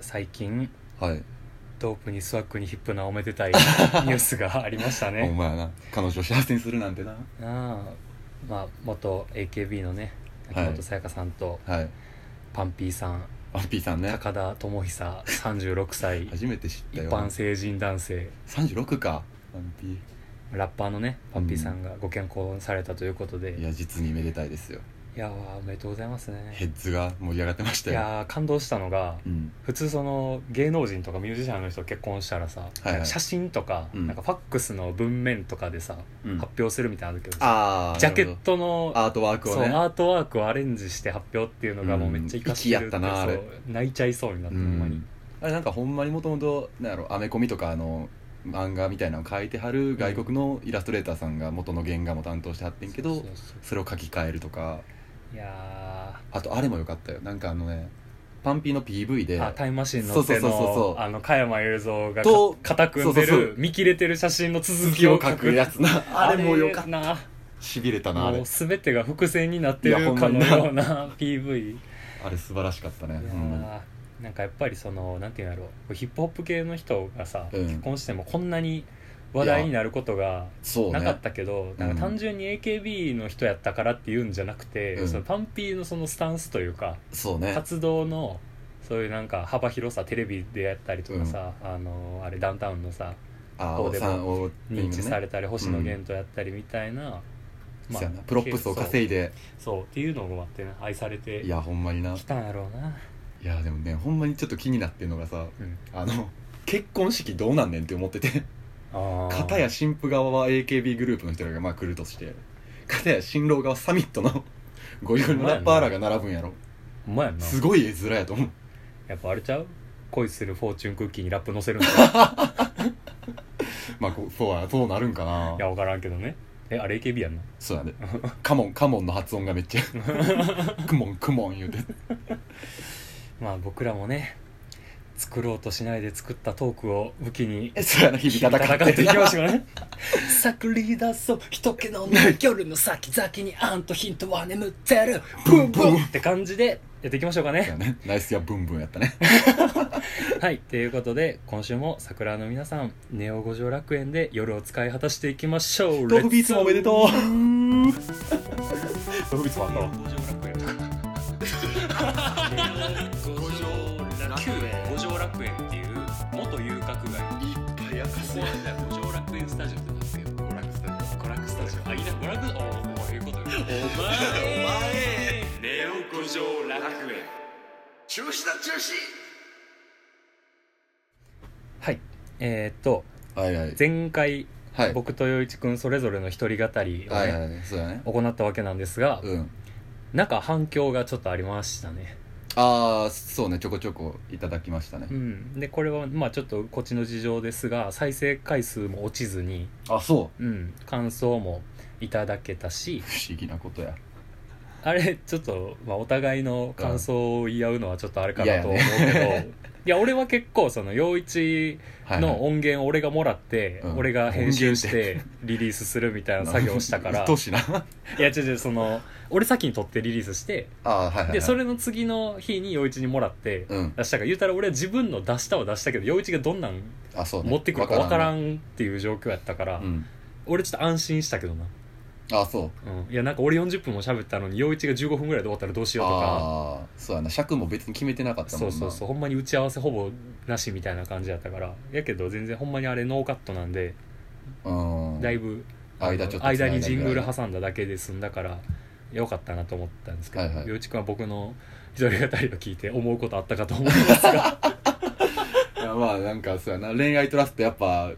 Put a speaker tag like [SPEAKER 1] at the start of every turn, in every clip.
[SPEAKER 1] 最近
[SPEAKER 2] はい
[SPEAKER 1] ドープにスワックにヒップなおめでたいニュースがありました
[SPEAKER 2] お
[SPEAKER 1] ね
[SPEAKER 2] 前やな彼女を幸せにするなんてな
[SPEAKER 1] ああまあ元 AKB のね
[SPEAKER 2] はい
[SPEAKER 1] 中本さやかさんと
[SPEAKER 2] はい
[SPEAKER 1] パンピーさん、
[SPEAKER 2] あピーさんね
[SPEAKER 1] 高田智久36歳
[SPEAKER 2] 初めて知った
[SPEAKER 1] 一
[SPEAKER 2] よ
[SPEAKER 1] 般成人男性
[SPEAKER 2] 36かアンピ
[SPEAKER 1] ラッパーのねパンピーさんがご健康されたということで、
[SPEAKER 2] ーい
[SPEAKER 1] い
[SPEAKER 2] や実にめでたいですよ
[SPEAKER 1] やーおめでとうございます
[SPEAKER 2] ヘ
[SPEAKER 1] ね
[SPEAKER 2] ッズが盛り上がってまし
[SPEAKER 1] い
[SPEAKER 2] たよ
[SPEAKER 1] やー感動したのが
[SPEAKER 2] うん
[SPEAKER 1] 普通その芸能人とかミュージシャンの人結婚したらさ、
[SPEAKER 2] いはい
[SPEAKER 1] なんか写真とか,、
[SPEAKER 2] うん
[SPEAKER 1] なんかファックスの文面とかでさ、
[SPEAKER 2] うん
[SPEAKER 1] 発表するみたいなのあるけどさ
[SPEAKER 2] ああ
[SPEAKER 1] ジャケットの
[SPEAKER 2] アートワークを
[SPEAKER 1] そう
[SPEAKER 2] ね
[SPEAKER 1] アートワークをアレンジして発表っていうのがもうめっちゃ活かしてる
[SPEAKER 2] うん粋やったなあれ
[SPEAKER 1] そう泣いちゃいそうになって
[SPEAKER 2] う
[SPEAKER 1] ほんまに
[SPEAKER 2] んあれなんかほんまにもともとんやろアメコミとかあの漫画みたいなのを書いてはる外国のイラストレーターさんが元の原画も担当してはってんけど、
[SPEAKER 1] そうそう
[SPEAKER 2] それを書き換えるとか
[SPEAKER 1] いや
[SPEAKER 2] あとあれもよかったよなんかあのねパンピーの PV で
[SPEAKER 1] ーあタイムマシン乗って
[SPEAKER 2] そうそうそうそう
[SPEAKER 1] のあの加山雄三が
[SPEAKER 2] と
[SPEAKER 1] 肩組んで
[SPEAKER 2] そうそうそ
[SPEAKER 1] る見切れてる写真の続
[SPEAKER 2] 続
[SPEAKER 1] き
[SPEAKER 2] き
[SPEAKER 1] を
[SPEAKER 2] を
[SPEAKER 1] 書
[SPEAKER 2] 書
[SPEAKER 1] く
[SPEAKER 2] くやつなあれもよかった
[SPEAKER 1] な
[SPEAKER 2] しびれたなあ
[SPEAKER 1] も
[SPEAKER 2] れ
[SPEAKER 1] う全てが伏線になって
[SPEAKER 2] いや
[SPEAKER 1] る
[SPEAKER 2] ほん
[SPEAKER 1] か
[SPEAKER 2] ま
[SPEAKER 1] の
[SPEAKER 2] にな
[SPEAKER 1] ような PV
[SPEAKER 2] あれ素晴らしかったね
[SPEAKER 1] いやーなんかやっぱりそのなんていうんだろうヒップホップ系の人がさ、
[SPEAKER 2] うん
[SPEAKER 1] 結婚してもこんなに話題になることが
[SPEAKER 2] そうね
[SPEAKER 1] なかったけど、
[SPEAKER 2] ん
[SPEAKER 1] なんか単純に AKB の人やったからっていうんじゃなくて、
[SPEAKER 2] うん
[SPEAKER 1] そのパンピーのそのスタンスというか
[SPEAKER 2] そうね
[SPEAKER 1] 活動のそういうなんか幅広さテレビでやったりとかさ、あのあれダウンタウンのさ
[SPEAKER 2] あ
[SPEAKER 1] こう
[SPEAKER 2] お
[SPEAKER 1] でも
[SPEAKER 2] さんを
[SPEAKER 1] 認知され
[SPEAKER 2] た
[SPEAKER 1] たり星野源とやったりみたいな、まあ
[SPEAKER 2] プロップスを稼いで
[SPEAKER 1] そうそうっていうのもあってね愛されて
[SPEAKER 2] いやほんまにな
[SPEAKER 1] きたんやろうな、
[SPEAKER 2] いやでもねほんまにちょっと気になってんのがさ
[SPEAKER 1] うん、
[SPEAKER 2] あの結婚式どうなんねんって思ってて
[SPEAKER 1] あー
[SPEAKER 2] 片や新婦側は AKB グループの人らがまあ来るとして片や新郎側はサミットのゴリゴリのラッパーらが並ぶんやろ
[SPEAKER 1] ほんまやんな
[SPEAKER 2] すごい絵面やと思う
[SPEAKER 1] やっぱあれちゃう恋するフォーチュンクッキーにラップ載せるんだ
[SPEAKER 2] まあこうそうはそうなるんか ない
[SPEAKER 1] や分からんけどねえあれ AKB やんな
[SPEAKER 2] そうやでカモンカモンの発音がめっちゃ クモンクモン言うて
[SPEAKER 1] まあ僕らもね作ろうとしないで作ったトークを武器に
[SPEAKER 2] そうやな日々戦って
[SPEAKER 1] いきましょうね作り出そう人気のない夜の先々にあんとヒントは眠ってるブンブンって感じでやっていきましょうかね
[SPEAKER 2] やねナイスやブンブンやったね
[SPEAKER 1] はいということで今週も桜の皆さんネオ五条楽園で夜を使い果たしていきましょう
[SPEAKER 2] 豆腐ビーツもおめでとう
[SPEAKER 1] う豆腐ビーツもあったわ五条楽園五条楽園っていう元遊郭街
[SPEAKER 2] いっぱいやか
[SPEAKER 1] ここはね五条楽園スタジオってなってる
[SPEAKER 2] 娯楽スタジ
[SPEAKER 1] 娯楽スタジオあいいな娯楽おおこういうことよ
[SPEAKER 2] オお前
[SPEAKER 1] ネオ五条楽園
[SPEAKER 2] 中止だ中
[SPEAKER 1] はいえー、っと
[SPEAKER 2] 止はいはい
[SPEAKER 1] 前回、
[SPEAKER 2] はい
[SPEAKER 1] 僕と陽一くんそれぞれの一人語りをね、
[SPEAKER 2] はいはいそうやね
[SPEAKER 1] 行ったわけなんですが、
[SPEAKER 2] うん
[SPEAKER 1] なんか反響がちょっとありましたね、
[SPEAKER 2] ああそうねちょこちょこいただきましたね
[SPEAKER 1] うん、でこれはまあちょっとこっちの事情ですが再生回数も落ちずに、
[SPEAKER 2] あそ
[SPEAKER 1] うん、感想もいただけたし
[SPEAKER 2] う不思議なことや
[SPEAKER 1] あれちょっと、まあ、お互いの感想を言い合うのはちょっとあれか
[SPEAKER 2] いや
[SPEAKER 1] ない
[SPEAKER 2] や
[SPEAKER 1] と思うけど、いや俺は結構その陽一
[SPEAKER 2] はいはい
[SPEAKER 1] の音源を俺がもらって、
[SPEAKER 2] うん
[SPEAKER 1] 俺が編集してリリースするみたいな作業をしたか
[SPEAKER 2] う
[SPEAKER 1] ら
[SPEAKER 2] っとうしいな
[SPEAKER 1] いや違う違うその俺先に撮ってリリースして
[SPEAKER 2] あーはいはいはい
[SPEAKER 1] でそれの次の日に陽一にもらって
[SPEAKER 2] うん
[SPEAKER 1] 出したから言うたら俺は自分の出したは出したけど陽一がどんなん
[SPEAKER 2] あそうね
[SPEAKER 1] 持ってくるか分から
[SPEAKER 2] ん
[SPEAKER 1] んっていう状況やったから、
[SPEAKER 2] うん
[SPEAKER 1] 俺ちょっと安心したけどな、
[SPEAKER 2] あそう
[SPEAKER 1] うん、いやなんか俺40分も喋ったのに陽一が15分ぐらいで終わったらどうしようとか
[SPEAKER 2] ああーそうやな尺も別に決めてなかったも
[SPEAKER 1] そ
[SPEAKER 2] ん
[SPEAKER 1] う
[SPEAKER 2] な
[SPEAKER 1] そうそうほんまに打ち合わせほぼなしみたいな感じやったからやけど全然ほんまにあれノーカットなんで
[SPEAKER 2] ううん
[SPEAKER 1] だいぶ
[SPEAKER 2] 間ちょっと
[SPEAKER 1] 間にジングル
[SPEAKER 2] は
[SPEAKER 1] 挟んだだけで済んだからよかったなと思ったんですけど、
[SPEAKER 2] はいはい
[SPEAKER 1] 陽一君は僕の一人語りを聞いて思うことあったかと思います が
[SPEAKER 2] まあなんかそうやな恋愛トラストやっぱ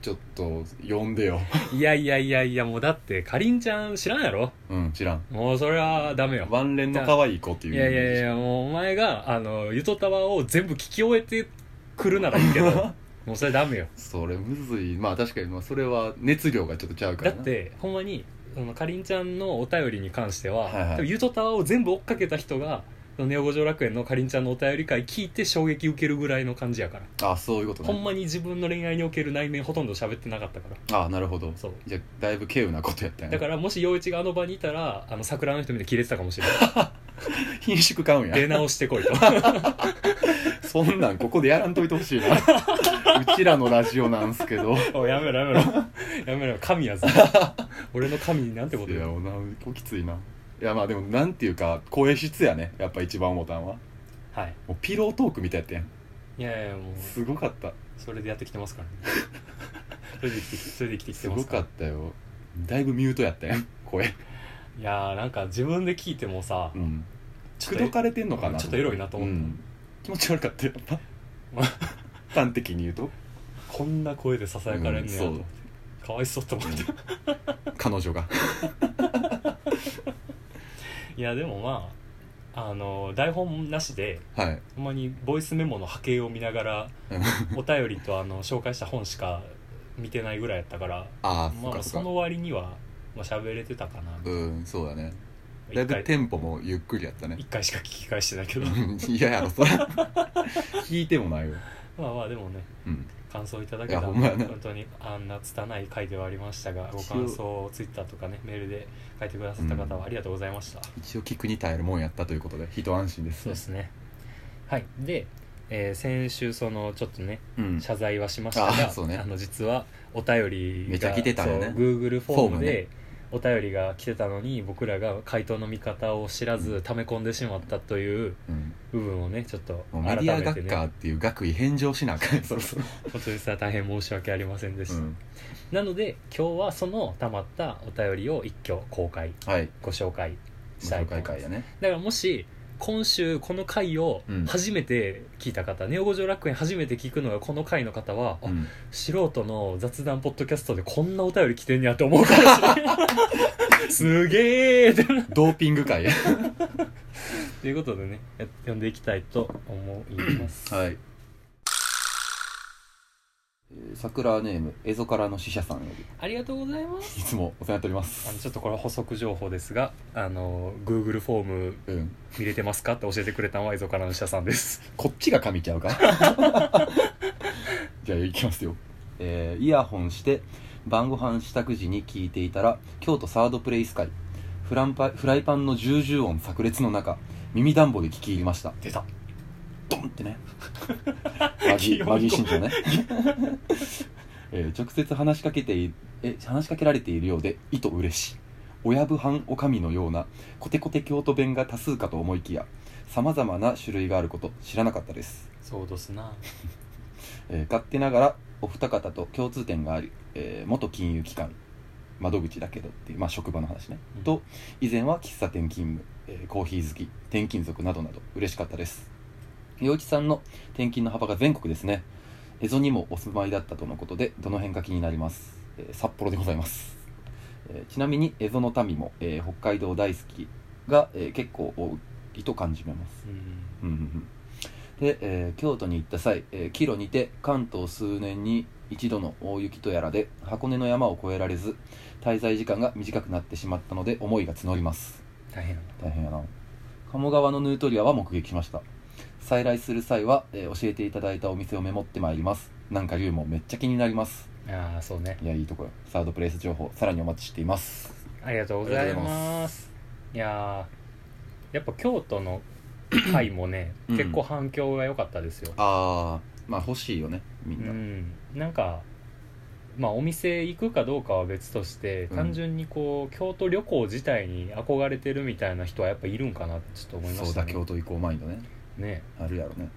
[SPEAKER 2] ちょっと呼んでよ
[SPEAKER 1] いやいやいやいやもうだってかりんちゃん知らんやろ
[SPEAKER 2] うん知らん
[SPEAKER 1] もうそれはダメよ
[SPEAKER 2] ワンレンの可愛い子っていう
[SPEAKER 1] い
[SPEAKER 2] イメ
[SPEAKER 1] や
[SPEAKER 2] ージ
[SPEAKER 1] いやいやもうお前があのゆとたわを全部聞き終えてくるならいい けどもうそれダメよ
[SPEAKER 2] それむずいまあ確かにまあそれは熱量がちょっとちゃうか
[SPEAKER 1] だ
[SPEAKER 2] ら
[SPEAKER 1] っ
[SPEAKER 2] な
[SPEAKER 1] てほんまにそのかりんちゃんのお便りに関しては、
[SPEAKER 2] はいはい
[SPEAKER 1] 多分ゆとたわを全部追っかけた人がそのネオ五条楽園のかりんちゃんのお便り会聞いて衝撃受けるぐらいの感じやから
[SPEAKER 2] あそういうこと
[SPEAKER 1] ほん
[SPEAKER 2] ね
[SPEAKER 1] まに自分の恋愛における内面ほとんど喋ってなかったから
[SPEAKER 2] あなるほど
[SPEAKER 1] そう
[SPEAKER 2] じゃあだいぶ稀有なことやったん
[SPEAKER 1] だ
[SPEAKER 2] や
[SPEAKER 1] からもし陽一があの場にいたらあの桜の人見て切れてたかもしれない
[SPEAKER 2] ら貧縮買うんや
[SPEAKER 1] 出直してこいと
[SPEAKER 2] そんなんここでやらんといてほしい なうちらのラジオなんすけど
[SPEAKER 1] おいやめろやめろやめろ神やぞ 俺の神になんてこと
[SPEAKER 2] いや
[SPEAKER 1] よ
[SPEAKER 2] おなこきついないやまあでもなんていうか声質やねやっぱ一番思ったんは
[SPEAKER 1] はい
[SPEAKER 2] もうピロートークみたいやったやん
[SPEAKER 1] いやいやもう
[SPEAKER 2] すごかった
[SPEAKER 1] それでやってきてますからね それで生きてきてそれで生きてきて
[SPEAKER 2] す
[SPEAKER 1] ま
[SPEAKER 2] ご
[SPEAKER 1] すか
[SPEAKER 2] からったよだいぶミュートやったやん声
[SPEAKER 1] いやーなんか自分で聞いてもさ
[SPEAKER 2] うん
[SPEAKER 1] ちょ
[SPEAKER 2] 口
[SPEAKER 1] っと
[SPEAKER 2] 説かれてんのかな
[SPEAKER 1] ちょっとエロいなと思った
[SPEAKER 2] うん気持ち悪かったよやっぱ端的に言うと
[SPEAKER 1] こんな声でささやかれんねや、
[SPEAKER 2] うん
[SPEAKER 1] かわいそうと思って
[SPEAKER 2] そう彼女が
[SPEAKER 1] いやでもまああの台本なしで
[SPEAKER 2] はい
[SPEAKER 1] ほんまにボイスメモの波形を見ながら
[SPEAKER 2] うん
[SPEAKER 1] お便りとあの紹介した本しか見てないぐらいやったから
[SPEAKER 2] あ
[SPEAKER 1] まあ
[SPEAKER 2] あそう
[SPEAKER 1] まあ
[SPEAKER 2] かそ
[SPEAKER 1] そう
[SPEAKER 2] か
[SPEAKER 1] の割にはまあ喋れてたかな
[SPEAKER 2] うんそうだねだい
[SPEAKER 1] 一
[SPEAKER 2] ぶ
[SPEAKER 1] 回
[SPEAKER 2] テンポもゆっくりやったね
[SPEAKER 1] 一回しか聞き返してないけど
[SPEAKER 2] いややろそら聞いてもないよ
[SPEAKER 1] まあまあでもね
[SPEAKER 2] うん
[SPEAKER 1] 感想いただけた
[SPEAKER 2] い
[SPEAKER 1] ら
[SPEAKER 2] やほんまやな
[SPEAKER 1] 本当にあんな拙い回ではありましたがご
[SPEAKER 2] 一応
[SPEAKER 1] 感想をツイッターとかねメールで書いてくださった方
[SPEAKER 2] うん
[SPEAKER 1] はありがとうございました、
[SPEAKER 2] 一応聞くに耐えるもんやったということで一安心です
[SPEAKER 1] そうですねはいで、えー先週そのちょっとね
[SPEAKER 2] うん
[SPEAKER 1] 謝罪はしましたが
[SPEAKER 2] あそうね
[SPEAKER 1] の実はお便りが
[SPEAKER 2] めちゃ来てたよね
[SPEAKER 1] そう Google フォームで
[SPEAKER 2] フ
[SPEAKER 1] お便りが来てたのに僕らが回答の見方を知らず溜め込んでしまったという
[SPEAKER 2] うん
[SPEAKER 1] 部分をねちょっと
[SPEAKER 2] もう
[SPEAKER 1] 改
[SPEAKER 2] メディア
[SPEAKER 1] めて
[SPEAKER 2] 学科
[SPEAKER 1] ね
[SPEAKER 2] っていう学位返上しなあかんそろそろ
[SPEAKER 1] 本当にさ大変申し訳ありませんでした、
[SPEAKER 2] うん
[SPEAKER 1] なので今日はその溜まったお便りを一挙公開
[SPEAKER 2] はい
[SPEAKER 1] ご紹介したい
[SPEAKER 2] 紹
[SPEAKER 1] と思
[SPEAKER 2] 介
[SPEAKER 1] います
[SPEAKER 2] 会やね
[SPEAKER 1] だからもし今週この回を
[SPEAKER 2] うん
[SPEAKER 1] 初めて聞いた方、ネオ五条楽園初めて聞くのがこの回の方は、あ
[SPEAKER 2] うん
[SPEAKER 1] 素人の雑談ポッドキャストでこんなお便り来てんやと思うかもしれないすげえって
[SPEAKER 2] ドーピング会
[SPEAKER 1] ということでねや読んでいきたいと思います
[SPEAKER 2] はいえー桜ネームエゾからの死者さんより
[SPEAKER 1] ありがとうございます
[SPEAKER 2] いつもお世話になっておりま
[SPEAKER 1] あの
[SPEAKER 2] す
[SPEAKER 1] ちょっとこれは補足情報ですがあの Google フォーム
[SPEAKER 2] うん
[SPEAKER 1] 見れてますかって教えてくれたのは磯からの記者さんです
[SPEAKER 2] こっちが神ちゃうかじゃあいきますよえーイヤホンして晩ご飯支度時に聞いていたら京都サードプレイス会フランパイフライパンの重々音炸裂の中耳暖房で聞き入りました
[SPEAKER 1] 出た
[SPEAKER 2] ドンってね マギーマギー身長ね、 えー直接話しかけていえ話しかけられているようで意図嬉しい親分藩おかみのようなコテコテ京都弁が多数かと思いきやさまざまな種類があること知らなかったです、
[SPEAKER 1] そうどすな
[SPEAKER 2] えー勝手ながらお二方と共通点があり、えー元金融機関窓口だけどっていう、まあ、職場の話ね、
[SPEAKER 1] うん
[SPEAKER 2] と以前は喫茶店勤務、えーコーヒー好き転勤族などなど嬉しかったです陽一さんの転勤の幅が全国ですね蝦夷にもお住まいだったとのことでどの辺か気になります、えー札幌でございます、えーちなみに蝦夷の民も、えー北海道大好きが、えー結構多いと感じます
[SPEAKER 1] うん
[SPEAKER 2] うんうんうんで、えー京都に行った際、えー帰路にて関東数年に一度の大雪とやらで箱根の山を越えられず滞在時間が短くなってしまったので思いが募ります
[SPEAKER 1] 大変
[SPEAKER 2] 大変やな鴨川のヌートリアは目撃しました再来する際は、えー教えていただいたお店をメモってまいりますなんか龍もめっちゃ気になります
[SPEAKER 1] ああそうね
[SPEAKER 2] いやいいとこよサードプレイス情報さらにお待ちしています
[SPEAKER 1] ありがとうございますいやーやっぱ京都 の回もね、
[SPEAKER 2] うん
[SPEAKER 1] 結構反響が良かったですよ、
[SPEAKER 2] ああまあ欲しいよねみ
[SPEAKER 1] うんなんかまあお店行くかどうかは別として、
[SPEAKER 2] うん
[SPEAKER 1] 単純にこう京都旅行自体に憧れてるみたいな人はやっぱいるんかなってちょっと思いま
[SPEAKER 2] そう
[SPEAKER 1] し
[SPEAKER 2] だ
[SPEAKER 1] たね
[SPEAKER 2] 京都行こうマインドね
[SPEAKER 1] ね
[SPEAKER 2] あるやろね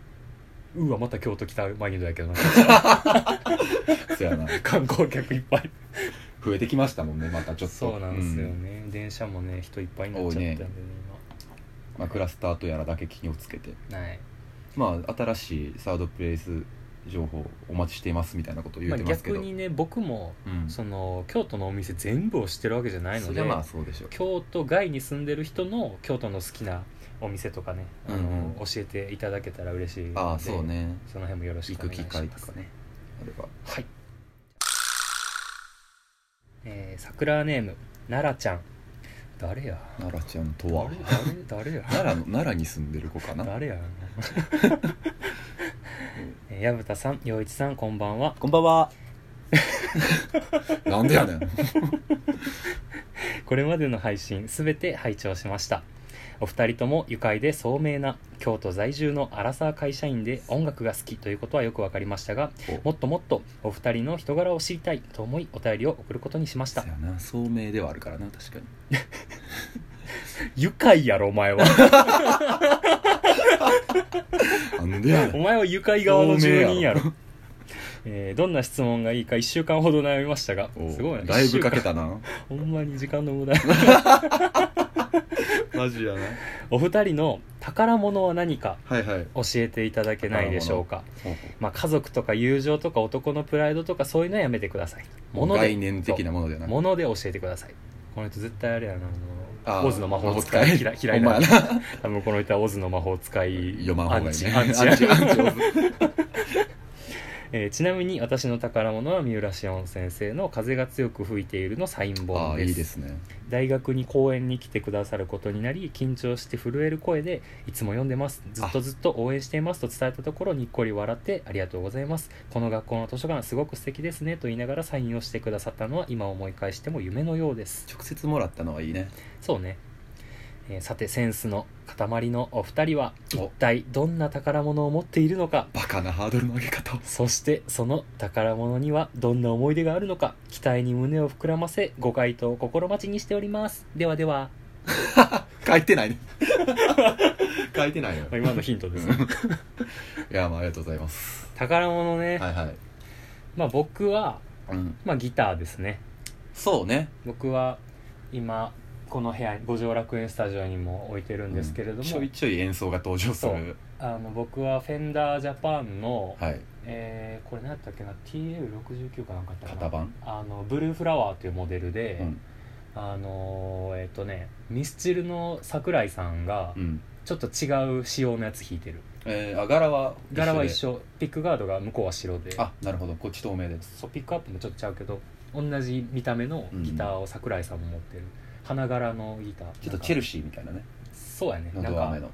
[SPEAKER 1] うわまた京都来たマインドやけ どな
[SPEAKER 2] そやな
[SPEAKER 1] 観光客いっぱい
[SPEAKER 2] 増えてきましたもんねまたちょっと
[SPEAKER 1] そうなんですよね、電車もね人いっぱいになっちゃったんでね
[SPEAKER 2] 多いねうんまあ、クラスターとやらだけ気をつけて
[SPEAKER 1] 今はい
[SPEAKER 2] まあ新しいサードプレイス情報お待ちしていますみたいなことを言
[SPEAKER 1] ま
[SPEAKER 2] う
[SPEAKER 1] あ、
[SPEAKER 2] てますけ
[SPEAKER 1] 逆
[SPEAKER 2] ど、
[SPEAKER 1] にね僕も
[SPEAKER 2] うん、
[SPEAKER 1] その京都のお店全部を知ってるわけじゃないの
[SPEAKER 2] そ
[SPEAKER 1] で
[SPEAKER 2] れはまあそうでしょう
[SPEAKER 1] 京都外に住んでる人の京都の好きなお店とかねあの、
[SPEAKER 2] うんうん
[SPEAKER 1] 教えていただけたら嬉しいので
[SPEAKER 2] ああそうね
[SPEAKER 1] その辺もよろし
[SPEAKER 2] 行
[SPEAKER 1] くお
[SPEAKER 2] く
[SPEAKER 1] 願いし
[SPEAKER 2] 機
[SPEAKER 1] ます
[SPEAKER 2] 会とかねあれば
[SPEAKER 1] はいえー、桜ネーム奈良ちゃん誰や
[SPEAKER 2] 奈良ちゃんとは
[SPEAKER 1] 誰誰誰や
[SPEAKER 2] 奈良の奈良に住んでる子か な
[SPEAKER 1] 誰や えー薮田さん陽一さんこんばんは
[SPEAKER 2] こんば んはなんでやねん
[SPEAKER 1] これまでの配信すべて拝聴しましたお二人とも愉快で聡明な京都在住のアラサー会社員で音楽が好きということはよく分かりましたがもっともっとお二人の人柄を知りたいと思いお便りを送ることにしました
[SPEAKER 2] そうやな聡明ではあるからな確かに
[SPEAKER 1] 愉快やろお前は
[SPEAKER 2] なんで や
[SPEAKER 1] お
[SPEAKER 2] ねん
[SPEAKER 1] 前は愉快側の住人やろえーどんな質問がいいか1週間ほど悩みましたが
[SPEAKER 2] お
[SPEAKER 1] すごいな
[SPEAKER 2] だいぶかけ
[SPEAKER 1] 一週間
[SPEAKER 2] たな
[SPEAKER 1] ほんまに時間の無駄
[SPEAKER 2] マジやな
[SPEAKER 1] お二人の宝物は何か
[SPEAKER 2] はいはい
[SPEAKER 1] 教えていただけないでしょうか
[SPEAKER 2] ほうほ
[SPEAKER 1] まあ家族とか友情とか男のプライドとかそういうのはやめてください物
[SPEAKER 2] う概
[SPEAKER 1] で
[SPEAKER 2] 念的なものではなく
[SPEAKER 1] 物で教えてくださいこの人絶対あれやなあ
[SPEAKER 2] あ
[SPEAKER 1] の
[SPEAKER 2] ー
[SPEAKER 1] オズの魔法使い嫌い嫌い
[SPEAKER 2] ほ
[SPEAKER 1] なん
[SPEAKER 2] まやな
[SPEAKER 1] 多分この人はオズの魔法使い
[SPEAKER 2] 読まん
[SPEAKER 1] ア
[SPEAKER 2] 方が
[SPEAKER 1] ン
[SPEAKER 2] いい
[SPEAKER 1] チ
[SPEAKER 2] ね
[SPEAKER 1] アンチ
[SPEAKER 2] アンチアン チオズ
[SPEAKER 1] えーちなみに私の宝物は三浦紫音先生の「風が強く吹いている」のサイン
[SPEAKER 2] あ
[SPEAKER 1] 本
[SPEAKER 2] あ
[SPEAKER 1] です
[SPEAKER 2] いいですね
[SPEAKER 1] 大学に講演に来てくださることになり緊張して震える声で「いつも読んでますずっとずっと応援しています」と伝えたところにっこり笑って「ありがとうございますこの学校の図書館すごく素敵ですね」と言いながらサインをしてくださったのは今思い返しても夢のようです
[SPEAKER 2] 直接もらったのはいいね
[SPEAKER 1] そうね、えーさてセンスの塊のお二人は
[SPEAKER 2] お
[SPEAKER 1] 一体どんな宝物を持っているのか
[SPEAKER 2] バカなハードルの上げ方
[SPEAKER 1] そしてその宝物にはどんな思い出があるのか期待に胸を膨らませご回答を心待ちにしておりますではでは
[SPEAKER 2] 書いてないね 書いてないよ
[SPEAKER 1] まあ今のヒントです
[SPEAKER 2] うんいやまあありがとうございます
[SPEAKER 1] 宝物ね、
[SPEAKER 2] はいはい、
[SPEAKER 1] まあ僕は、
[SPEAKER 2] うん、
[SPEAKER 1] まあ、ギターですね
[SPEAKER 2] そうね
[SPEAKER 1] 僕は今この部屋に五条楽園スタジオにも置いてるんですけれど
[SPEAKER 2] ち
[SPEAKER 1] も、
[SPEAKER 2] ょいちょい演奏が登場す
[SPEAKER 1] そう
[SPEAKER 2] る
[SPEAKER 1] あの僕はフェンダージャパンの、
[SPEAKER 2] はい
[SPEAKER 1] えーこれ何やったっけな TL69 かなんかやったかな
[SPEAKER 2] 型番
[SPEAKER 1] あのブルーフラワーというモデルで、
[SPEAKER 2] うん
[SPEAKER 1] あのーえっ、とねミスチルの桜井さんが
[SPEAKER 2] うん
[SPEAKER 1] ちょっと違う仕様のやつ弾いてる
[SPEAKER 2] えー、あ柄は一緒で
[SPEAKER 1] 柄は一緒ピックガードが向こうは白で
[SPEAKER 2] あなるほどこっち透明です
[SPEAKER 1] そうピックアップもちょっとちゃうけど同じ見た目のギターを桜井さんも持ってる、花柄のギター
[SPEAKER 2] ちょっとチェル
[SPEAKER 1] シ
[SPEAKER 2] シーみたいなね
[SPEAKER 1] ーそうやね
[SPEAKER 2] の
[SPEAKER 1] なん
[SPEAKER 2] ど
[SPEAKER 1] か
[SPEAKER 2] 飴の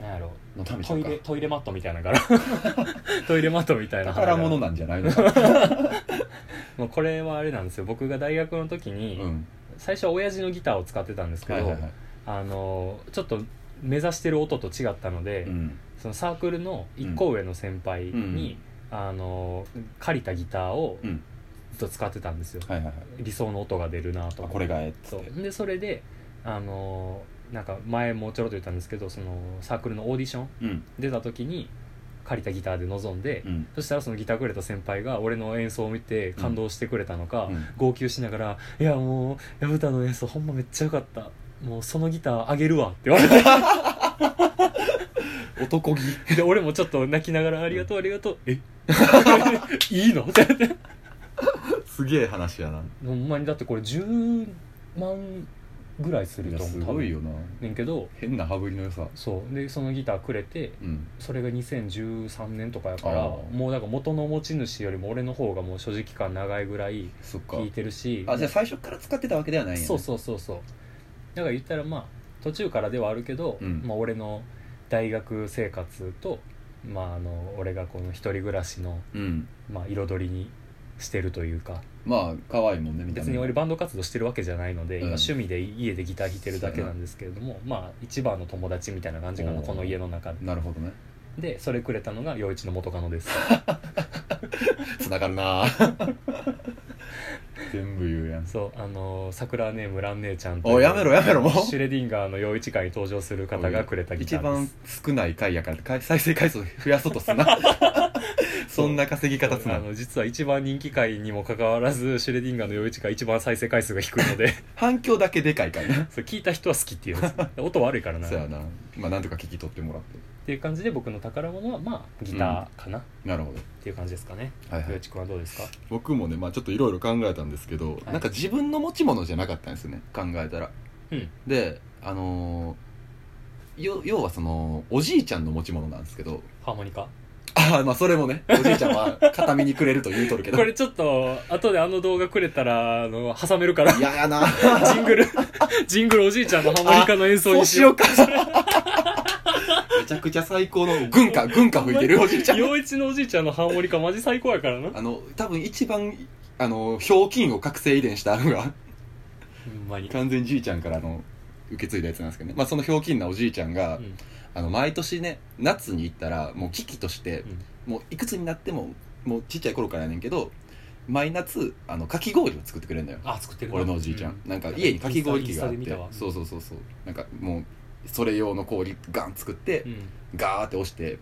[SPEAKER 1] なんやろ
[SPEAKER 2] のためちゃ
[SPEAKER 1] ト
[SPEAKER 2] う
[SPEAKER 1] イ
[SPEAKER 2] か
[SPEAKER 1] レトイレマットみたいな柄 トイレマットみたいな花柄
[SPEAKER 2] 宝物なんじゃないの
[SPEAKER 1] もうこれはあれなんですよ僕が大学の時
[SPEAKER 2] う
[SPEAKER 1] に、
[SPEAKER 2] ん
[SPEAKER 1] 最初は親父のギターを使ってたんですけ
[SPEAKER 2] は
[SPEAKER 1] ど、
[SPEAKER 2] いはいはい
[SPEAKER 1] あのちょっと目指してる音と違ったので、
[SPEAKER 2] うん
[SPEAKER 1] そのサークルの1個上の先輩に、あの借りたギターを
[SPEAKER 2] う
[SPEAKER 1] ず
[SPEAKER 2] ん
[SPEAKER 1] っと使ってたんですよ、
[SPEAKER 2] はいはいはい
[SPEAKER 1] 理想の音が出るなと思
[SPEAKER 2] あ
[SPEAKER 1] って
[SPEAKER 2] これがええっつ
[SPEAKER 1] そ
[SPEAKER 2] って
[SPEAKER 1] うでそれであのーなんか前もちょろっと言ったんですけどそのサークルのオーディション
[SPEAKER 2] うん
[SPEAKER 1] 出た時に借りたギターで臨んで、
[SPEAKER 2] うん
[SPEAKER 1] そしたらそのギターくれた先輩が俺の演奏を見て感動してくれたのか、
[SPEAKER 2] うん
[SPEAKER 1] 号泣しながら「いやもう薮田の演奏ほんまめっちゃよかったもうそのギターあげるわ」って言われ て
[SPEAKER 2] 男気
[SPEAKER 1] で俺もちょっと泣きながら「ありがとうありがとう」えいいの?」って
[SPEAKER 2] すげえ話やな
[SPEAKER 1] ほんまにだってこれ10万ぐらいする
[SPEAKER 2] いや
[SPEAKER 1] と思う
[SPEAKER 2] すごいよな
[SPEAKER 1] 多分ねんけど
[SPEAKER 2] 変な羽振りの良さ
[SPEAKER 1] そうでそのギターくれて
[SPEAKER 2] うん
[SPEAKER 1] それが2013年とかやから
[SPEAKER 2] あー
[SPEAKER 1] もうだから元の持ち主よりも俺の方がもう所持期間長いぐらい
[SPEAKER 2] そっか
[SPEAKER 1] 聴いてるし
[SPEAKER 2] あじゃあ最初から使ってたわけではないんやね
[SPEAKER 1] そうそうそうそうだから言ったらまあ途中からではあるけど、
[SPEAKER 2] うん
[SPEAKER 1] まあ、俺の大学生活と、まあ、あの俺がこの一人暮らしの、
[SPEAKER 2] うん
[SPEAKER 1] まあ、彩りにしてるというか
[SPEAKER 2] まあ可愛いもんねみたいな
[SPEAKER 1] 別に俺バンド活動してるわけじゃないので、
[SPEAKER 2] うん
[SPEAKER 1] 今趣味で家でギター弾いてるだけなんですけれども、まあ一番の友達みたいな感じかな
[SPEAKER 2] おー
[SPEAKER 1] この家の中で
[SPEAKER 2] なるほどね
[SPEAKER 1] でそれくれたのが陽一の元カノです
[SPEAKER 2] つながるなぁ 全部言うやん
[SPEAKER 1] そうあの桜姉村姉ちゃんという
[SPEAKER 2] おやめろやめろもう
[SPEAKER 1] シュレディンガーの陽一会に登場する方がくれたギタ
[SPEAKER 2] 一
[SPEAKER 1] ーで
[SPEAKER 2] 番
[SPEAKER 1] す
[SPEAKER 2] 少ない回やから回再生回数増やそうと すなそんな稼ぎ方す
[SPEAKER 1] あ
[SPEAKER 2] な
[SPEAKER 1] の実は一番人気回にもかかわらずシュレディンガーの陽一が一番再生回数が低いの で
[SPEAKER 2] 反響だけでかいからね
[SPEAKER 1] そう聞いた人は好きっていうや つ音悪いからな
[SPEAKER 2] そうや
[SPEAKER 1] っ
[SPEAKER 2] なまあなんとか聞き取ってもらって
[SPEAKER 1] ていう感じで僕の宝物はまあギターかな、っ
[SPEAKER 2] なるほど
[SPEAKER 1] ていう感じですかね
[SPEAKER 2] はいは
[SPEAKER 1] 陽
[SPEAKER 2] い
[SPEAKER 1] 一君はどうですか
[SPEAKER 2] 僕もねまあちょっといろいろ考えたんですけど、
[SPEAKER 1] い
[SPEAKER 2] なんか自分の持ち物じゃなかったんですよね考えたら、
[SPEAKER 1] うん
[SPEAKER 2] であのーよ要はそのおじいちゃんの持ち物なんですけど
[SPEAKER 1] ハーモニカ
[SPEAKER 2] あ あまあそれもねおじいちゃんは片身にくれると言うと るけど
[SPEAKER 1] これちょっと後であの動画くれたらあの挟める から
[SPEAKER 2] 嫌ややな
[SPEAKER 1] ジングルジングルおじいちゃんのハーモニカの演奏
[SPEAKER 2] そう
[SPEAKER 1] に
[SPEAKER 2] しようか めちゃくちゃ最高の軍歌軍歌吹いてるおじいちゃん
[SPEAKER 1] 陽一のおじいちゃんのハーモニカマジ最高やからな
[SPEAKER 2] あの多分一番あのひょうきんを覚醒遺伝したのが
[SPEAKER 1] ほんまに
[SPEAKER 2] 完全じいちゃんからの受け継いだやつなんですけどね、まあ、そのひょうきんなおじいちゃんが、
[SPEAKER 1] うん
[SPEAKER 2] あの毎年ね夏に行ったらもう危機として、もういくつになってももうちっちゃい頃からやねんけど毎夏あのかき氷を作ってくれるんだよ
[SPEAKER 1] あ作ってるな
[SPEAKER 2] 俺のおじいちゃん、
[SPEAKER 1] う
[SPEAKER 2] なんか家にかき氷機があ
[SPEAKER 1] イ
[SPEAKER 2] っ
[SPEAKER 1] ンスタインスタで見
[SPEAKER 2] て
[SPEAKER 1] たわ
[SPEAKER 2] そうそうそうそうなんかもうそれ用の氷ガン作って、
[SPEAKER 1] うん
[SPEAKER 2] ガーって押して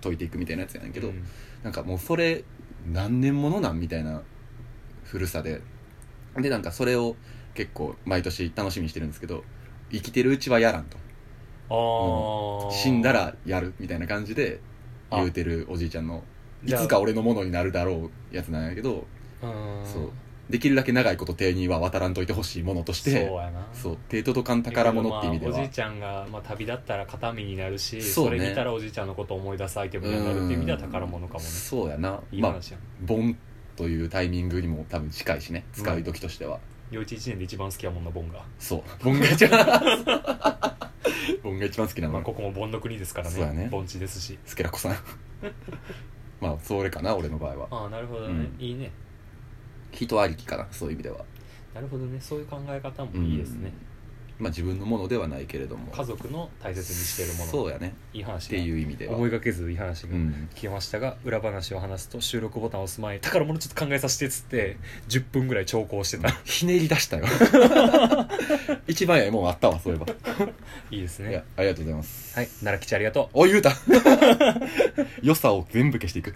[SPEAKER 2] 溶いていくみたいなやつやねんけど、
[SPEAKER 1] うん
[SPEAKER 2] なんかもうそれ何年ものなんみたいな古さででなんかそれを結構毎年楽しみにしてるんですけど生きてるうちはやらんと
[SPEAKER 1] ああ
[SPEAKER 2] 死んだらやるみたいな感じで
[SPEAKER 1] あ
[SPEAKER 2] 言うてるおじいちゃんのい
[SPEAKER 1] じゃあ
[SPEAKER 2] つか俺のものになるだろうやつなんやけど
[SPEAKER 1] うん
[SPEAKER 2] そうできるだけ長いこと定には渡らんといてほしいものとし
[SPEAKER 1] そう
[SPEAKER 2] て
[SPEAKER 1] やな
[SPEAKER 2] そう手届かん宝物って意味で
[SPEAKER 1] まあおじ
[SPEAKER 2] はい
[SPEAKER 1] ちゃんが、まあ、旅立ったら形見になるし
[SPEAKER 2] そ
[SPEAKER 1] そう
[SPEAKER 2] ね
[SPEAKER 1] れ見たらおじいちゃんのことを思い出すアイテムになるっていう意味では宝物かもね
[SPEAKER 2] そうやない
[SPEAKER 1] い
[SPEAKER 2] まあ
[SPEAKER 1] 話やん
[SPEAKER 2] ボンというタイミングにも多分近いしね使う時としては
[SPEAKER 1] 幼稚1年で一番好きやもんなボンが、
[SPEAKER 2] そうボンが一番ボンが一番好きな
[SPEAKER 1] ま
[SPEAKER 2] の
[SPEAKER 1] あ、ここもボンの国ですから
[SPEAKER 2] そうや
[SPEAKER 1] ね
[SPEAKER 2] ね
[SPEAKER 1] 盆地ですし
[SPEAKER 2] スケラコさんまあそれかな俺の場合は
[SPEAKER 1] ああなるほどね、
[SPEAKER 2] うん
[SPEAKER 1] いいね
[SPEAKER 2] 人ありきかなそういう意味では
[SPEAKER 1] なるほどねそういう考え方もいいですね、
[SPEAKER 2] まあ自分のものではないけれども
[SPEAKER 1] 家族の大切にしているもの
[SPEAKER 2] そうやね
[SPEAKER 1] いい話
[SPEAKER 2] っ
[SPEAKER 1] だ
[SPEAKER 2] ていう意味では
[SPEAKER 1] 思いがけずいい話
[SPEAKER 2] う
[SPEAKER 1] が
[SPEAKER 2] ん
[SPEAKER 1] 聞けましたが、裏話を話すと収録ボタンを押す前に宝物ちょっと考えさせてっつって10分ぐらい長考 してた、
[SPEAKER 2] ひねり出したよ一番やもうあったわそういえば
[SPEAKER 1] いいです
[SPEAKER 2] いや
[SPEAKER 1] ね
[SPEAKER 2] ありがとうございます
[SPEAKER 1] はい奈良吉ありがとう
[SPEAKER 2] お言うた 良さを全部消していく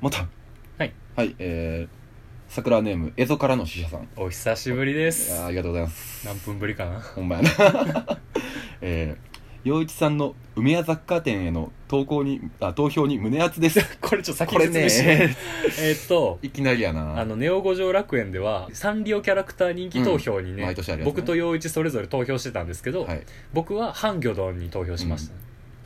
[SPEAKER 2] また
[SPEAKER 1] はい
[SPEAKER 2] はいえー、桜ネームエゾからの死者さんい
[SPEAKER 1] お久しぶりです
[SPEAKER 2] やありがとうございます
[SPEAKER 1] 何分ぶりかな
[SPEAKER 2] ほんまやな えー陽一さんの梅屋雑貨店への投稿にあ投票に胸熱です
[SPEAKER 1] これちょっと先
[SPEAKER 2] これ
[SPEAKER 1] 説明して
[SPEAKER 2] ね
[SPEAKER 1] えーっと
[SPEAKER 2] いきなりやな
[SPEAKER 1] あのネオ五条楽園ではサンリオキャラクター人気投票に
[SPEAKER 2] うん
[SPEAKER 1] ね,、
[SPEAKER 2] 毎年あるやつね
[SPEAKER 1] 僕と陽一それぞれ投票してたんですけど、
[SPEAKER 2] はい、
[SPEAKER 1] 僕はハンギョドンに投票しました、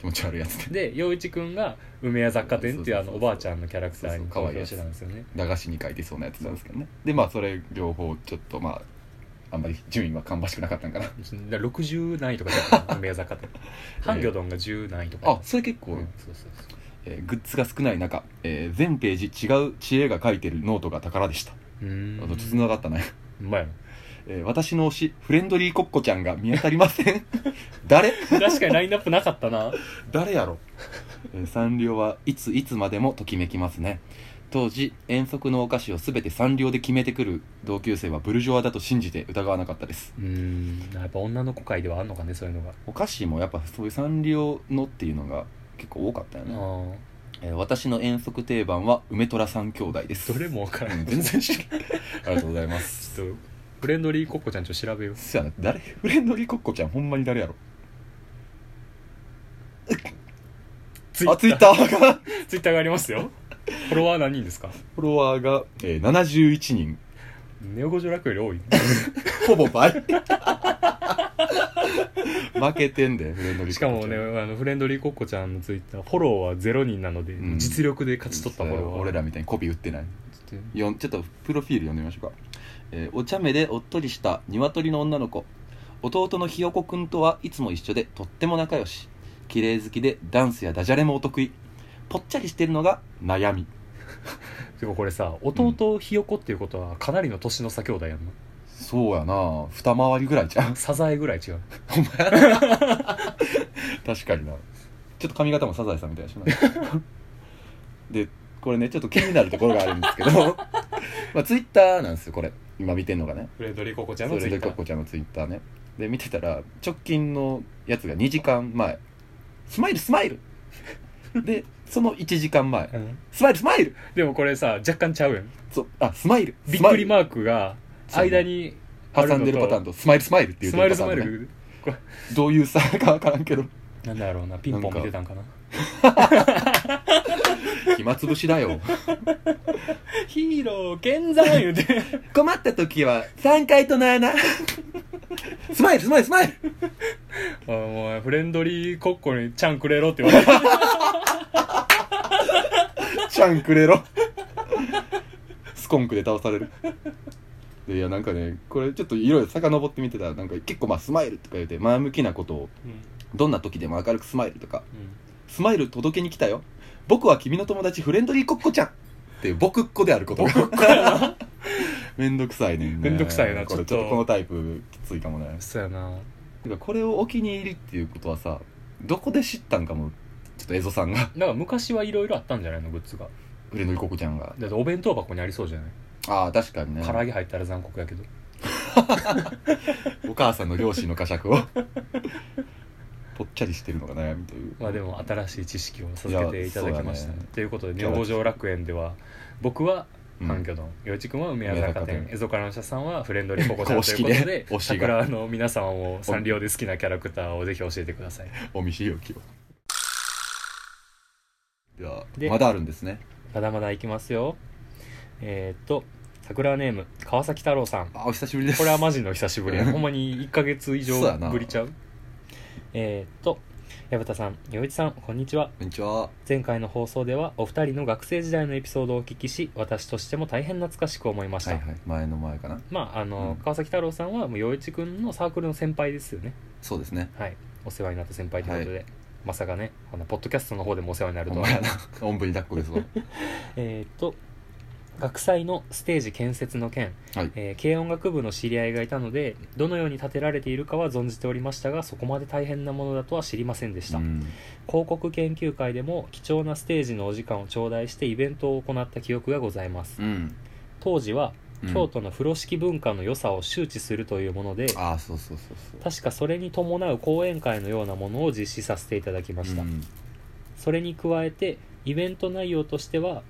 [SPEAKER 2] 気持ち悪いやつで
[SPEAKER 1] で陽一くんが梅屋雑貨店っていうあ
[SPEAKER 2] そうそ
[SPEAKER 1] の
[SPEAKER 2] うそうそう
[SPEAKER 1] おばあちゃんのキャラクターに
[SPEAKER 2] そうそう可
[SPEAKER 1] 投
[SPEAKER 2] 愛いや
[SPEAKER 1] 票
[SPEAKER 2] つ
[SPEAKER 1] してたんですよね
[SPEAKER 2] 駄菓子に書いてそうなやつなんですけどねでまあそれ両方ちょっとまああんまり順位は芳しくなかった んかな
[SPEAKER 1] だから60何位とかだったかな梅屋雑貨 店ハンギョドンが10何位とか
[SPEAKER 2] あそれ結構、
[SPEAKER 1] うんそうそうそう
[SPEAKER 2] えーグッズが少ない中、えー全ページ違う知恵が書いてるノートが宝でした
[SPEAKER 1] うーん
[SPEAKER 2] あとつながったね、
[SPEAKER 1] うまいな
[SPEAKER 2] えー私の推しフレンドリーコッコちゃんが見当たりませ ん誰
[SPEAKER 1] 確かにラインナップなかったな
[SPEAKER 2] 誰 やろえーサンリオはいついつまでもときめきますね当時遠足のお菓子を全てサンリオで決めてくる同級生はブルジョアだと信じて疑わなかったです
[SPEAKER 1] うーんやっぱ女の子界ではあんのかねそういうのが
[SPEAKER 2] お菓子もやっぱそういうサンリオのっていうのが結構多かったよね、
[SPEAKER 1] ああ
[SPEAKER 2] えー私の遠足定番は梅虎三兄弟です
[SPEAKER 1] どれもわから
[SPEAKER 2] う
[SPEAKER 1] なんい
[SPEAKER 2] 全 然知らないありがとうございます
[SPEAKER 1] ちょっとフレンドリーコッコちゃんちょっと調べよう
[SPEAKER 2] そやな誰フレンドリーコッコちゃんほんまに誰やろ
[SPEAKER 1] ツ
[SPEAKER 2] あツイッタ ーが
[SPEAKER 1] ツイッターがありますよフォロワー何人ですか
[SPEAKER 2] フォロワーが、えー、71人
[SPEAKER 1] ネオ五条楽より多い
[SPEAKER 2] ほぼ倍負けて んでフレンドリ ーコッコちゃん
[SPEAKER 1] しかもねあのフレンドリーコッコちゃんのツイッターフォローは0人なので、
[SPEAKER 2] うん
[SPEAKER 1] 実力で勝ち取ったフォロワー
[SPEAKER 2] 俺らみたいにコピー売ってない
[SPEAKER 1] ちょっ
[SPEAKER 2] よんちょっとプロフィール読んでみましょうか、えーお茶目でおっとりした鶏の女の子弟のひよこくんとはいつも一緒でとっても仲良し綺麗好きでダンスやダジャレもお得意ぽっちゃりしてるのが悩み
[SPEAKER 1] とてかこれさ弟ひよこっていうことはかなりの年の差兄弟やんな
[SPEAKER 2] そうやな二回りぐらいじゃん
[SPEAKER 1] サザエぐらい違う
[SPEAKER 2] お前確かになちょっと髪型もサザエさんみたいでしょ でこれねちょっと気になるところがあるんですけど まあツイッターなんですよこれ今見てんのがね
[SPEAKER 1] フレンドリーコッコちゃん
[SPEAKER 2] そ
[SPEAKER 1] のツ
[SPEAKER 2] れ
[SPEAKER 1] イ
[SPEAKER 2] で
[SPEAKER 1] ッタ
[SPEAKER 2] か
[SPEAKER 1] ー
[SPEAKER 2] っこちゃんのツイッターねで見てたら直近のやつが2時間前スマイルス マイルでその1時間前
[SPEAKER 1] うん
[SPEAKER 2] スマイルスマイル
[SPEAKER 1] でもこれさ若干ちゃうやん
[SPEAKER 2] そうあスマイル
[SPEAKER 1] びっくりマ
[SPEAKER 2] ー
[SPEAKER 1] ークが間にあ
[SPEAKER 2] 挟
[SPEAKER 1] のと
[SPEAKER 2] んでるパターンとスマイルスマイルっていう
[SPEAKER 1] ス
[SPEAKER 2] パタ
[SPEAKER 1] マ
[SPEAKER 2] ー
[SPEAKER 1] イ
[SPEAKER 2] ン、ね、
[SPEAKER 1] ルスマイル
[SPEAKER 2] どういう差か分からんけど
[SPEAKER 1] なんだろうなピンポン見てたんかな
[SPEAKER 2] 暇つぶしだよ
[SPEAKER 1] ヒーロー健在言うて
[SPEAKER 2] 困った時は3回との穴スマイルスマイルスマイル
[SPEAKER 1] おいお前フレンドリーコッコにちゃんくれろって言われて
[SPEAKER 2] ちゃんくれろスコンクで倒されるでいやなんかねこれちょっといろいろ遡ってみてたらなんか結構まあスマイルとか言うて前向きなことを
[SPEAKER 1] うん
[SPEAKER 2] どんな時でも明るくスマイルとかスマイル届けに来たよ僕は君の友達フレンドリーコッコちゃんっていう僕っ子であることが めんどくさいねんね
[SPEAKER 1] めんどくさいな
[SPEAKER 2] これ
[SPEAKER 1] ち
[SPEAKER 2] ち
[SPEAKER 1] ょっと
[SPEAKER 2] ょっとこのタイプきついかもね
[SPEAKER 1] そうやな
[SPEAKER 2] てかこれをお気に入りっていうことはさどこで知ったんかもちょっとエゾさんが
[SPEAKER 1] なんか昔はいろいろあったんじゃないのグッズが
[SPEAKER 2] フレンドリーコッコちゃんが
[SPEAKER 1] だってお弁当箱にありそうじゃない、
[SPEAKER 2] ああ確かにね
[SPEAKER 1] 唐揚げ入ったら残酷やけど
[SPEAKER 2] お母さんの両親の呵責をぽっちゃりしてるのが悩みという
[SPEAKER 1] まあでも新しい知識を授けていただきました、
[SPEAKER 2] いやそうだね
[SPEAKER 1] ということで女房城楽園では僕は
[SPEAKER 2] うん
[SPEAKER 1] 環境丼よいちくんは梅屋坂
[SPEAKER 2] 梅屋坂
[SPEAKER 1] 店
[SPEAKER 2] 店
[SPEAKER 1] エゾカラの社さんはフレンドリーココちゃん
[SPEAKER 2] 公
[SPEAKER 1] という
[SPEAKER 2] 式
[SPEAKER 1] こ
[SPEAKER 2] で
[SPEAKER 1] とで
[SPEAKER 2] 推しが
[SPEAKER 1] 桜の皆様もサンリオで好きなキャラクターをぜひ教えてください
[SPEAKER 2] お見知りおきをいや
[SPEAKER 1] で
[SPEAKER 2] まだあるんですね
[SPEAKER 1] まだまだいきますよえーっと桜ネーム川崎太郎さん
[SPEAKER 2] あお久しぶりです
[SPEAKER 1] これはマジの久し ぶりやほんまに1ヶ月以上
[SPEAKER 2] そうやな
[SPEAKER 1] ぶりちゃうえーっと矢蓋さん洋一さんこんにちは
[SPEAKER 2] こんにちは
[SPEAKER 1] 前回の放送ではお二人の学生時代のエピソードをお聞きし私としても大変懐かしく思いました、
[SPEAKER 2] はいはい前の前かな
[SPEAKER 1] まああの、
[SPEAKER 2] うん
[SPEAKER 1] 川崎太郎さんはもう陽一君のサークルの先輩ですよね
[SPEAKER 2] そうですね
[SPEAKER 1] はいお世話になった先輩ということで、まさかねあのポッドキャストの方でもお世話になる
[SPEAKER 2] お
[SPEAKER 1] とは
[SPEAKER 2] 前なおんぶに抱っこですわ
[SPEAKER 1] えーっと学祭のステージ建設の件、
[SPEAKER 2] はい
[SPEAKER 1] えー軽音楽部の知り合いがいたのでどのように建てられているかは存じておりましたがそこまで大変なものだとは知りませんでした、
[SPEAKER 2] うん
[SPEAKER 1] 広告研究会でも貴重なステージのお時間を頂戴してイベントを行った記憶がございます
[SPEAKER 2] うん
[SPEAKER 1] 当時は
[SPEAKER 2] うん
[SPEAKER 1] 京都の風呂敷文化の良さを周知するというもので、
[SPEAKER 2] ああそうそうそうそう
[SPEAKER 1] 確かそれに伴う講演会のようなものを実施させていただきました、
[SPEAKER 2] うん
[SPEAKER 1] それに加えてイベント内容としては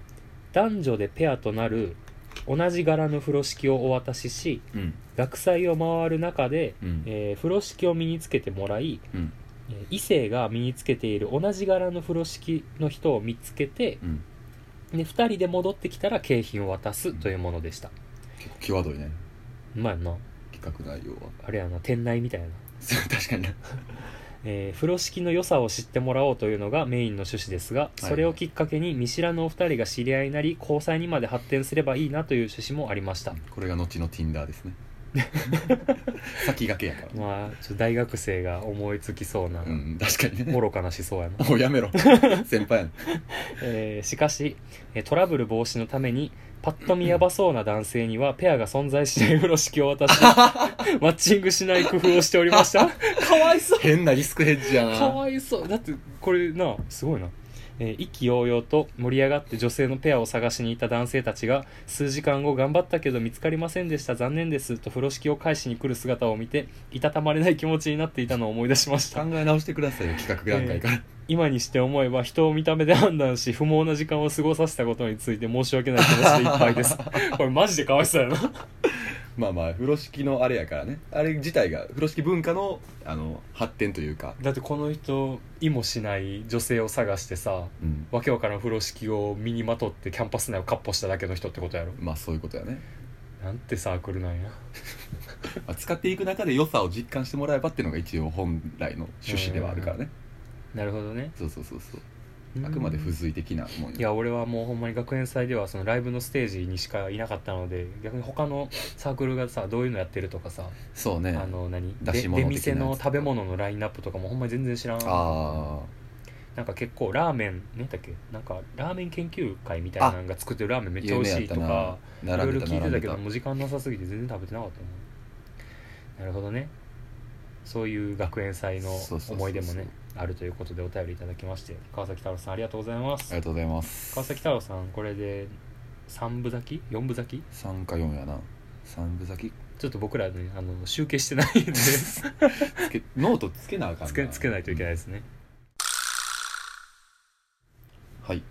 [SPEAKER 1] 男女でペアとなる同じ柄の風呂敷をお渡しし
[SPEAKER 2] うん
[SPEAKER 1] 学祭を回る中で、
[SPEAKER 2] うん
[SPEAKER 1] えー風呂敷を身につけてもらい、
[SPEAKER 2] うん
[SPEAKER 1] えー異性が身につけている同じ柄の風呂敷の人を見つけて
[SPEAKER 2] うん
[SPEAKER 1] で2人で戻ってきたら景品を渡すというものでした、
[SPEAKER 2] 結構際どいね
[SPEAKER 1] うまあやな
[SPEAKER 2] 企画内容 は
[SPEAKER 1] あれやな店内みたいな
[SPEAKER 2] 確かにな
[SPEAKER 1] えー風呂敷の良さを知ってもらおうというのがメインの趣旨ですが
[SPEAKER 2] いはい
[SPEAKER 1] それをきっかけに見知らぬお二人が知り合いになり交際にまで発展すればいいなという趣旨もありました、
[SPEAKER 2] これが後の Tinder ですね 先駆けやから
[SPEAKER 1] まあちょっと大学生が思いつきそうな
[SPEAKER 2] うん確かにね
[SPEAKER 1] 愚かな思想やな、
[SPEAKER 2] もうや めろ先輩やな
[SPEAKER 1] えーしかしえートラブル防止のためにパッと見やばそうな男性にはペアが存在しない風呂敷を渡 しマッチングしない工夫をしておりました かわいそう
[SPEAKER 2] 変なリスクヘッジや
[SPEAKER 1] か
[SPEAKER 2] な
[SPEAKER 1] わいそうだってこれなすごいな、えー意気揚々と盛り上がって女性のペアを探しに行った男性たちが数時間後頑張ったけど見つかりませんでした残念ですと風呂敷を返しに来る姿を見ていたたまれない気持ちになっていたのを思い出しまし
[SPEAKER 2] 考
[SPEAKER 1] た
[SPEAKER 2] え直してくださいよ企画段階から、
[SPEAKER 1] 今にして思えば人を見た目で判断し不毛な時間を過ごさせたことについて申し訳ない気持ちでいっぱいです これマジでかわいそうやな
[SPEAKER 2] まあまあ風呂敷のあれやからねあれ自体が風呂敷文化のあの発展というか、
[SPEAKER 1] だってこの人意もしない女性を探してさ
[SPEAKER 2] うん、
[SPEAKER 1] わけわからん風呂敷を身にまとってキャンパス内をかっ歩しただけの人ってことやろ
[SPEAKER 2] まあそういうことやね、
[SPEAKER 1] なんてサークルなんや
[SPEAKER 2] まあ、使っていく中で良さを実感してもらえばっていうのが一応本来の趣旨ではあるからね
[SPEAKER 1] なるほどね
[SPEAKER 2] そうそうそうそうあくまで付随的なもん
[SPEAKER 1] いや俺はもうほんまに学園祭ではそのライブのステージにしかいなかったので逆に他のサークルがさどういうのやってるとかさ、
[SPEAKER 2] そうね
[SPEAKER 1] あの何
[SPEAKER 2] 出
[SPEAKER 1] で
[SPEAKER 2] し物的なやつ
[SPEAKER 1] 出店の食べ物のラインナップとかもほんまに全然知らん
[SPEAKER 2] あ
[SPEAKER 1] なんか結構ラーメン何だっけなんかラーメン研究会みたいなのが作ってるラーメンめっちゃ美味しいとか
[SPEAKER 2] ー
[SPEAKER 1] いろい
[SPEAKER 2] 並
[SPEAKER 1] ろ
[SPEAKER 2] んでた
[SPEAKER 1] 聞いて
[SPEAKER 2] 並
[SPEAKER 1] た
[SPEAKER 2] んで
[SPEAKER 1] けど
[SPEAKER 2] た
[SPEAKER 1] もう時間なさすぎて全然食べてなかったななるほどねそういう学園祭の
[SPEAKER 2] そうそうそうそう
[SPEAKER 1] 思い出もねあるということでお便りいただきまして川崎太郎さんありがとうございま
[SPEAKER 2] あ
[SPEAKER 1] す
[SPEAKER 2] りがとうございます
[SPEAKER 1] 川崎太郎さんこれで3部咲き4部咲き
[SPEAKER 2] 3か4やな3分咲き
[SPEAKER 1] ちょっと僕らねあの集計してないんでつ
[SPEAKER 2] つけノートつ けなあかん
[SPEAKER 1] けつけないといけない
[SPEAKER 2] い
[SPEAKER 1] ですね
[SPEAKER 2] はい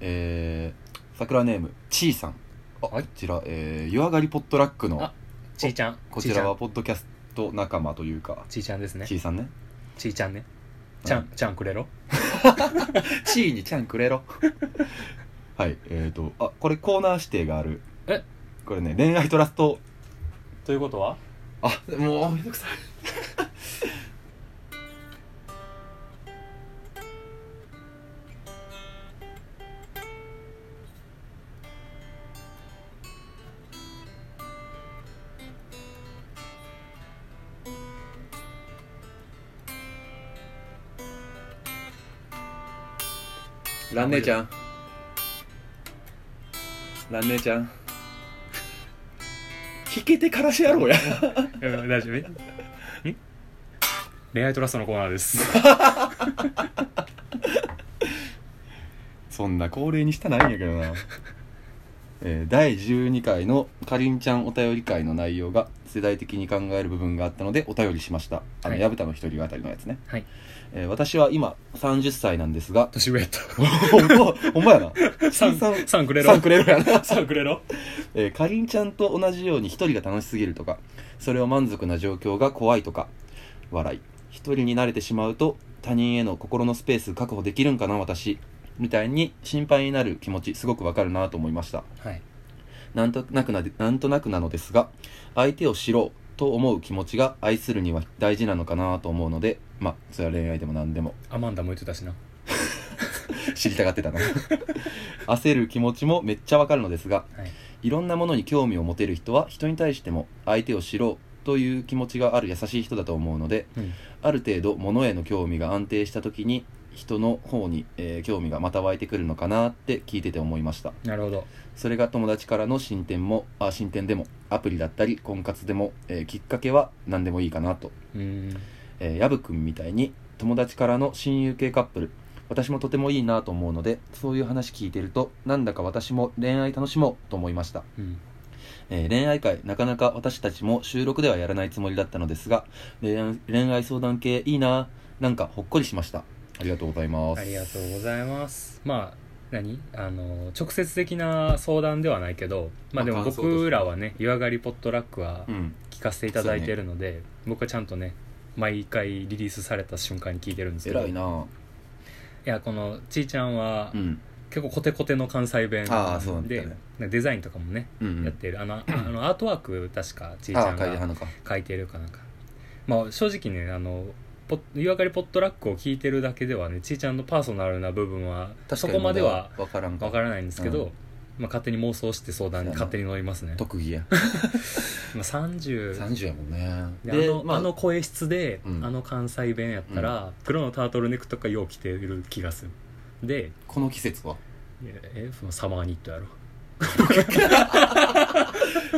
[SPEAKER 2] えー、桜ネームちーさんあ、
[SPEAKER 1] はい
[SPEAKER 2] こちら、えー、湯上がりポットラックの
[SPEAKER 1] あちーちゃん
[SPEAKER 2] こちらはポッドキャスト仲間というか
[SPEAKER 1] ちーちゃんちーちゃんですね
[SPEAKER 2] ちーさんね
[SPEAKER 1] ちーちゃんねちゃんちゃんくれろ
[SPEAKER 2] 地位にちゃんくれろ はいえー、とあこれコーナー指定がある
[SPEAKER 1] え
[SPEAKER 2] これね恋愛トラスト
[SPEAKER 1] ということは
[SPEAKER 2] あもうめんどくさい蘭姉ちゃん蘭姉ちゃん引けてからしやろうや
[SPEAKER 1] うん大 丈夫ん恋愛トラストのコーナーです
[SPEAKER 2] そんな恒例にしたないんやけどな。えー第12回のかりんちゃんお便り会の内容が世代的に考える部分があったのでお便りしました。あの、
[SPEAKER 1] はい
[SPEAKER 2] 矢蓋の一人語りのやつね。
[SPEAKER 1] はい、
[SPEAKER 2] えー私は今30歳なんですが
[SPEAKER 1] 年上やった
[SPEAKER 2] ほんま、ほんまやな。
[SPEAKER 1] 3
[SPEAKER 2] さん
[SPEAKER 1] くれろ
[SPEAKER 2] さんくれる やな。
[SPEAKER 1] 3くれろ
[SPEAKER 2] えーかりんちゃんと同じように一人が楽しすぎるとか、それを満足な状況が怖いとか、笑い。一人に慣れてしまうと、他人への心のスペース確保できるんかな、私。みたいに心配になる気持ち、すごくわかるなと思いました。
[SPEAKER 1] はい
[SPEAKER 2] なんとなくなで、なんとなくなのですが、相手を知ろうと思う気持ちが愛するには大事なのかなと思うので、まあ、それは恋愛でも何でも。
[SPEAKER 1] アマンダも言ってたしな
[SPEAKER 2] 知りたがってたな焦る気持ちもめっちゃわかるのですが、、
[SPEAKER 1] はい
[SPEAKER 2] ろんなものに興味を持てる人は人に対しても相手を知ろうという気持ちがある優しい人だと思うので
[SPEAKER 1] うん
[SPEAKER 2] ある程度物への興味が安定した時に人の方に、えー興味がまた湧いてくるのかなって聞いてて思いました
[SPEAKER 1] なるほど
[SPEAKER 2] それが友達からの進展もあ進展でもアプリだったり婚活でも、えーきっかけは何でもいいかなと
[SPEAKER 1] うーん
[SPEAKER 2] えー、ヤブ君みたいに友達からの親友系カップル私もとてもいいなと思うのでそういう話聞いてるとなんだか私も恋愛楽しもうと思いました、
[SPEAKER 1] うん
[SPEAKER 2] えー恋愛会なかなか私たちも収録ではやらないつもりだったのですが恋愛恋愛相談系いいななんかほっこりしましたありがとうございます
[SPEAKER 1] ありがとうございますまあ何あの直接的な相談ではないけどまあでも
[SPEAKER 2] あ感想として
[SPEAKER 1] 僕らはね「湯上がりポットラック」は
[SPEAKER 2] うん
[SPEAKER 1] 聞かせていただいているので、僕はちゃんとね毎回リリースされた瞬間に聞いてるんですけど
[SPEAKER 2] 偉いな
[SPEAKER 1] やこのちーちゃんは
[SPEAKER 2] うん
[SPEAKER 1] 結構コテコテの関西弁で
[SPEAKER 2] ああそうなんだったね
[SPEAKER 1] デザインとかもね、
[SPEAKER 2] うんう
[SPEAKER 1] やっ
[SPEAKER 2] ん
[SPEAKER 1] てるあのあ のアートワーク確かちーち
[SPEAKER 2] あ
[SPEAKER 1] ゃ
[SPEAKER 2] あ
[SPEAKER 1] ん
[SPEAKER 2] 楓
[SPEAKER 1] が
[SPEAKER 2] 花か
[SPEAKER 1] 書いてるかなんかまあ正直ねあのポッ湯上がりポットラックを聞いてるだけではねちーちゃんのパーソナルな部分はそこまでは
[SPEAKER 2] 分からんか
[SPEAKER 1] わからないんですけど、
[SPEAKER 2] うん
[SPEAKER 1] まあ、勝手に妄想して相談に勝手に乗りますね、
[SPEAKER 2] 特技や
[SPEAKER 1] まあ、30
[SPEAKER 2] 30やもんね
[SPEAKER 1] であの,、あ、の声質で、
[SPEAKER 2] うん
[SPEAKER 1] あの関西弁やったら、黒のタートルネクとかよう着てる気がするで
[SPEAKER 2] この季節は
[SPEAKER 1] ええそのサマーニットやろ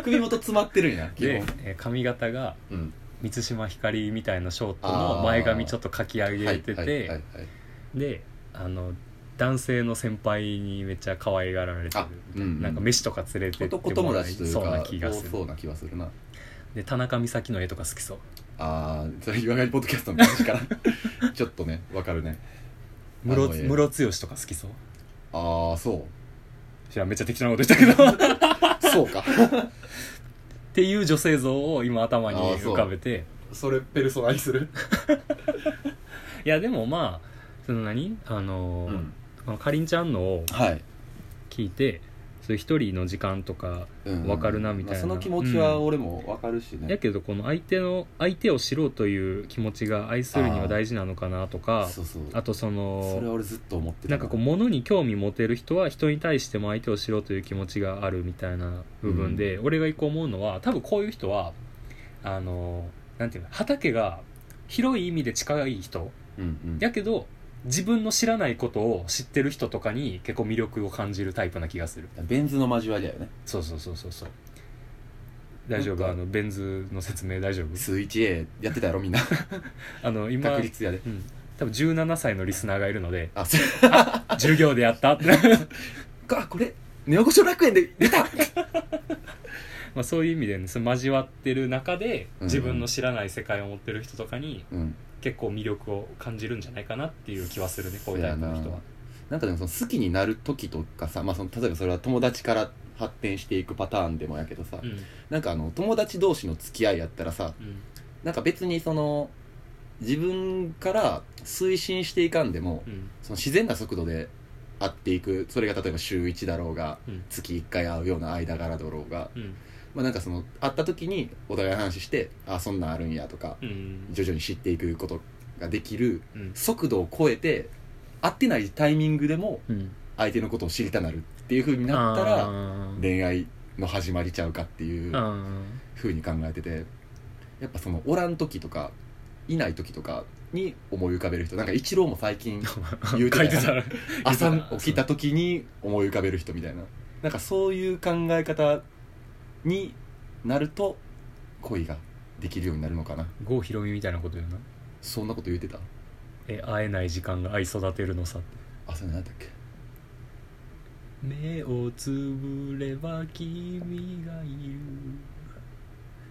[SPEAKER 2] 首元詰まってるんや基
[SPEAKER 1] で
[SPEAKER 2] 本、
[SPEAKER 1] えー髪型が
[SPEAKER 2] うん
[SPEAKER 1] 満島ひかりみたいなショート
[SPEAKER 2] あ
[SPEAKER 1] の
[SPEAKER 2] ー
[SPEAKER 1] 前髪ちょっとかき上げてて、であの男性の先輩にめっちゃ可愛がられてる
[SPEAKER 2] あうん
[SPEAKER 1] なんか飯とか連れてって
[SPEAKER 2] 男
[SPEAKER 1] も
[SPEAKER 2] 友
[SPEAKER 1] らい
[SPEAKER 2] 達というか
[SPEAKER 1] そうな気がする
[SPEAKER 2] そうな気がするな
[SPEAKER 1] で田中美咲の絵とか好きそう
[SPEAKER 2] ああそれ岩上がりポッドキャストの話から ちょっとねわかるね
[SPEAKER 1] ムロ
[SPEAKER 2] あの絵
[SPEAKER 1] ムロツヨシとか好きそう
[SPEAKER 2] ああそう
[SPEAKER 1] 知らんめっちゃ適当なこと言ったけ ど
[SPEAKER 2] そ うか
[SPEAKER 1] っていう女性像を今頭に浮かべて
[SPEAKER 2] それペルソナにする
[SPEAKER 1] いやでもまあその何あのー、
[SPEAKER 2] うん
[SPEAKER 1] このかりんちゃんのを
[SPEAKER 2] はい
[SPEAKER 1] 聞いてそういう一人の時間とか
[SPEAKER 2] うん
[SPEAKER 1] わかるなみたいな
[SPEAKER 2] まあその気持ちは俺もわかるしね
[SPEAKER 1] やけどこの相手の相手を知ろうという気持ちが愛するには大事なのかなとか
[SPEAKER 2] そうそう
[SPEAKER 1] あとそ
[SPEAKER 2] それは
[SPEAKER 1] の
[SPEAKER 2] 俺ずっと思ってた
[SPEAKER 1] なんかこう物に興味持てる人は人に対しても相手を知ろうという気持ちがあるみたいな部分で、俺が一個思うのは多分こういう人はあのなんていうの畑が広い意味で近い人
[SPEAKER 2] うんうん
[SPEAKER 1] やけど自分の知らないことを知ってる人とかに結構魅力を感じるタイプな気がする
[SPEAKER 2] ベンズの交わりだよね
[SPEAKER 1] そうそうそうそうそう大丈夫
[SPEAKER 2] なん
[SPEAKER 1] あ
[SPEAKER 2] か
[SPEAKER 1] のベン図の説明大丈夫
[SPEAKER 2] 数 1A やってたやろみんな
[SPEAKER 1] あの今
[SPEAKER 2] 確率やで
[SPEAKER 1] うん、多分17歳のリスナーがいるので
[SPEAKER 2] あそう
[SPEAKER 1] 授業でやったって
[SPEAKER 2] あこれネオゴショ楽園で出た
[SPEAKER 1] まあそういう意味で、ね、その交わってる中で
[SPEAKER 2] うん
[SPEAKER 1] 自分の知らない世界を持ってる人とかに
[SPEAKER 2] うん
[SPEAKER 1] 結構魅力を感じるんじゃないかなっていう気はするねこういうタイプの人は
[SPEAKER 2] なんかでもその好きになる時とかさ、まあ、その例えばそれは友達から発展していくパターンでもやけどさ、
[SPEAKER 1] うん
[SPEAKER 2] なんかあの友達同士の付き合いやったらさ
[SPEAKER 1] うん
[SPEAKER 2] なんか別にその自分から推進していかんでも
[SPEAKER 1] うん
[SPEAKER 2] その自然な速度で会っていくそれが例えば週1だろうが
[SPEAKER 1] うん
[SPEAKER 2] 月1回会うような間柄だろうが、
[SPEAKER 1] うん
[SPEAKER 2] まあ、なんかその会った時にお互い話してあそんなんあるんやとか
[SPEAKER 1] うん
[SPEAKER 2] 徐々に知っていくことができる
[SPEAKER 1] うん
[SPEAKER 2] 速度を超えて会ってないタイミングでも
[SPEAKER 1] うん
[SPEAKER 2] 相手のことを知りたなるっていう風になったら恋愛の始まりちゃうかっていう風に考えててやっぱそのおらん時とかいない時とかに思い浮かべる人なんか一郎も 最近言うてた
[SPEAKER 1] 書い
[SPEAKER 2] やん
[SPEAKER 1] てた
[SPEAKER 2] 朝起きた時に思い浮かべる人みたいななんかそういう考え方になると恋ができるようになるのかな
[SPEAKER 1] 郷ひろみみたいなこと言うな
[SPEAKER 2] そんなこと言ってた
[SPEAKER 1] え会えない時間が愛育てるのさって
[SPEAKER 2] あそれ何だっけ
[SPEAKER 1] 目をつぶれば君がいる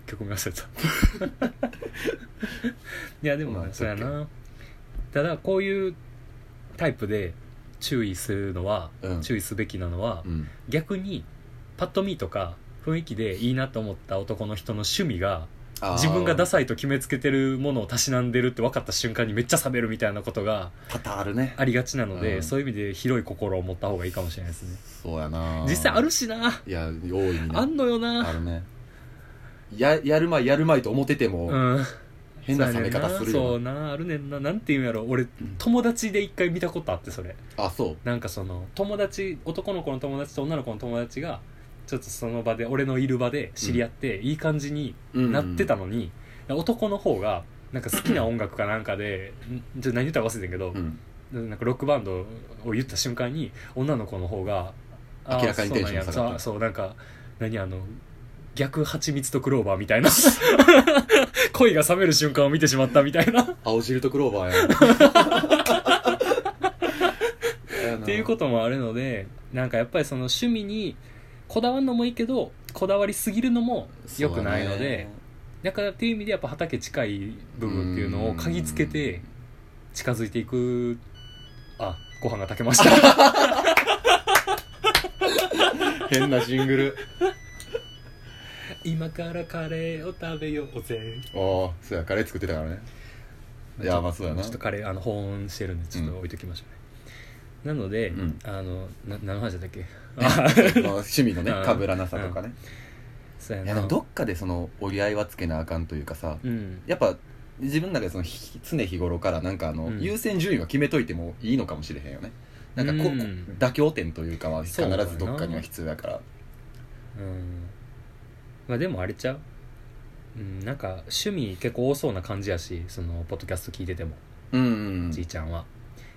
[SPEAKER 1] 曲名忘れた いやでも
[SPEAKER 2] なんだっけ
[SPEAKER 1] そうやなただこういうタイプで注意するのは、
[SPEAKER 2] うん
[SPEAKER 1] 注意すべきなのは、
[SPEAKER 2] うん
[SPEAKER 1] 逆にパッと見とか雰囲気でいいなと思った男の人の趣味が
[SPEAKER 2] あー
[SPEAKER 1] 自分がダサいと決めつけてるものをたしなんでるって分かった瞬間にめっちゃ冷めるみたいなことが
[SPEAKER 2] 多々あるね
[SPEAKER 1] ありがちなので、
[SPEAKER 2] うん
[SPEAKER 1] そういう意味で広い心を持った方がいいかもしれないですね
[SPEAKER 2] そうやな
[SPEAKER 1] 実際あるしない
[SPEAKER 2] や大いにね
[SPEAKER 1] あんのよ
[SPEAKER 2] あ
[SPEAKER 1] な
[SPEAKER 2] るねややるまいやるまいと思ってても、
[SPEAKER 1] うん
[SPEAKER 2] 変な冷め方する
[SPEAKER 1] そうやね
[SPEAKER 2] よ
[SPEAKER 1] ん
[SPEAKER 2] な
[SPEAKER 1] なそうなあるねんななんていうんやろ俺友達で一回見たことあってそれ
[SPEAKER 2] あそう
[SPEAKER 1] なんかその友達男の子の友達と女の子の友達がちょっとその場で俺のいる場で知り合って、いい感じになってたのに、男の方がなんか好きな音楽かなんかでんちょっと何言ったか忘れてんけど
[SPEAKER 2] う、ん
[SPEAKER 1] なんかロックバンドを言った瞬間に女の子の方があー
[SPEAKER 2] 明らかにテンション下がった
[SPEAKER 1] そうなんやそうそうなんか何あの逆蜂蜜とクローバーみたいな恋が冷める瞬間を見てしまったみたいなっ
[SPEAKER 2] 青汁とクローバ ーやって
[SPEAKER 1] いうこともあるのでなんかやっぱりその趣味にこだわるのもいいけどこだわりすぎるのも良くないので、だからっていう意味でやっぱ畑近い部分っていうのを嗅ぎつけて近づいていくあご飯が炊けました
[SPEAKER 2] 変なジングル
[SPEAKER 1] 今からカレーを食べようぜ
[SPEAKER 2] ああそうやカレー作ってたからねいやまあそうやな
[SPEAKER 1] ちょっとカレーあの保温してるんでちょっと置いときましょうね、なので、
[SPEAKER 2] うん
[SPEAKER 1] あのな何の話だっけ
[SPEAKER 2] ま あ趣味のね
[SPEAKER 1] うん
[SPEAKER 2] かぶらなさとかね、
[SPEAKER 1] そうや
[SPEAKER 2] いや
[SPEAKER 1] な
[SPEAKER 2] でもどっかでその折り合いはつけなあかんというかさ、
[SPEAKER 1] うん
[SPEAKER 2] やっぱ自分の中でそのひ常日頃からなんかあの、
[SPEAKER 1] うん
[SPEAKER 2] 優先順位は決めといてもいいのかもしれへんよねなんかこ、
[SPEAKER 1] うん
[SPEAKER 2] こ妥協点というかは必
[SPEAKER 1] そうだな
[SPEAKER 2] ずどっかには必要だから
[SPEAKER 1] うんまあでもあれちゃううん、なんか趣味結構多そうな感じやしそのポッドキャスト聞いてても、
[SPEAKER 2] うん、
[SPEAKER 1] じいちゃんは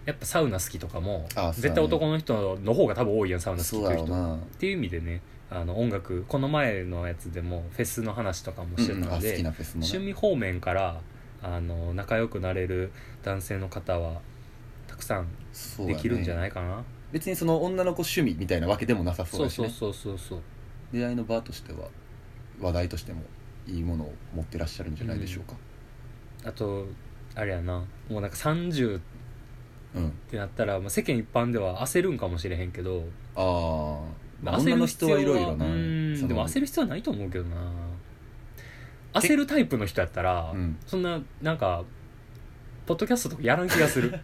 [SPEAKER 1] やっぱサウナ好きとかも
[SPEAKER 2] あそうだね
[SPEAKER 1] 絶対男の人の方が多分多いやんサウナ好きっ
[SPEAKER 2] そ
[SPEAKER 1] て
[SPEAKER 2] う
[SPEAKER 1] い
[SPEAKER 2] だ
[SPEAKER 1] う
[SPEAKER 2] ろう
[SPEAKER 1] 人っ
[SPEAKER 2] な
[SPEAKER 1] ていう意味でねあの音楽この前のやつでもフェスの話とかもしてた
[SPEAKER 2] うんうんあ
[SPEAKER 1] ので、
[SPEAKER 2] 好きなフェスも
[SPEAKER 1] 趣
[SPEAKER 2] ね
[SPEAKER 1] 味方面からあの仲良くなれる男性の方はたくさん
[SPEAKER 2] そう
[SPEAKER 1] できるんじゃ
[SPEAKER 2] い
[SPEAKER 1] ないかな
[SPEAKER 2] 別にその女の子趣味みたいなわけでもなさそう
[SPEAKER 1] そう,、
[SPEAKER 2] だし、
[SPEAKER 1] そうそ
[SPEAKER 2] ね、
[SPEAKER 1] うそうそう
[SPEAKER 2] 出会いの場としては話題としてもいいものを持ってらっしゃるんじゃないでしょうか
[SPEAKER 1] あとあれやなもうなんか30っ
[SPEAKER 2] うん、
[SPEAKER 1] てなったら、まあ、世間一般では焦るんかもしれへんけど、
[SPEAKER 2] あー、まあ
[SPEAKER 1] 焦る
[SPEAKER 2] 女の人はいろい
[SPEAKER 1] 必要
[SPEAKER 2] ろな
[SPEAKER 1] うん
[SPEAKER 2] その
[SPEAKER 1] でも焦る必要はないと思うけどな焦るタイプの人やったら、
[SPEAKER 2] うん
[SPEAKER 1] そんななんかポッドキャストとかやらん気がする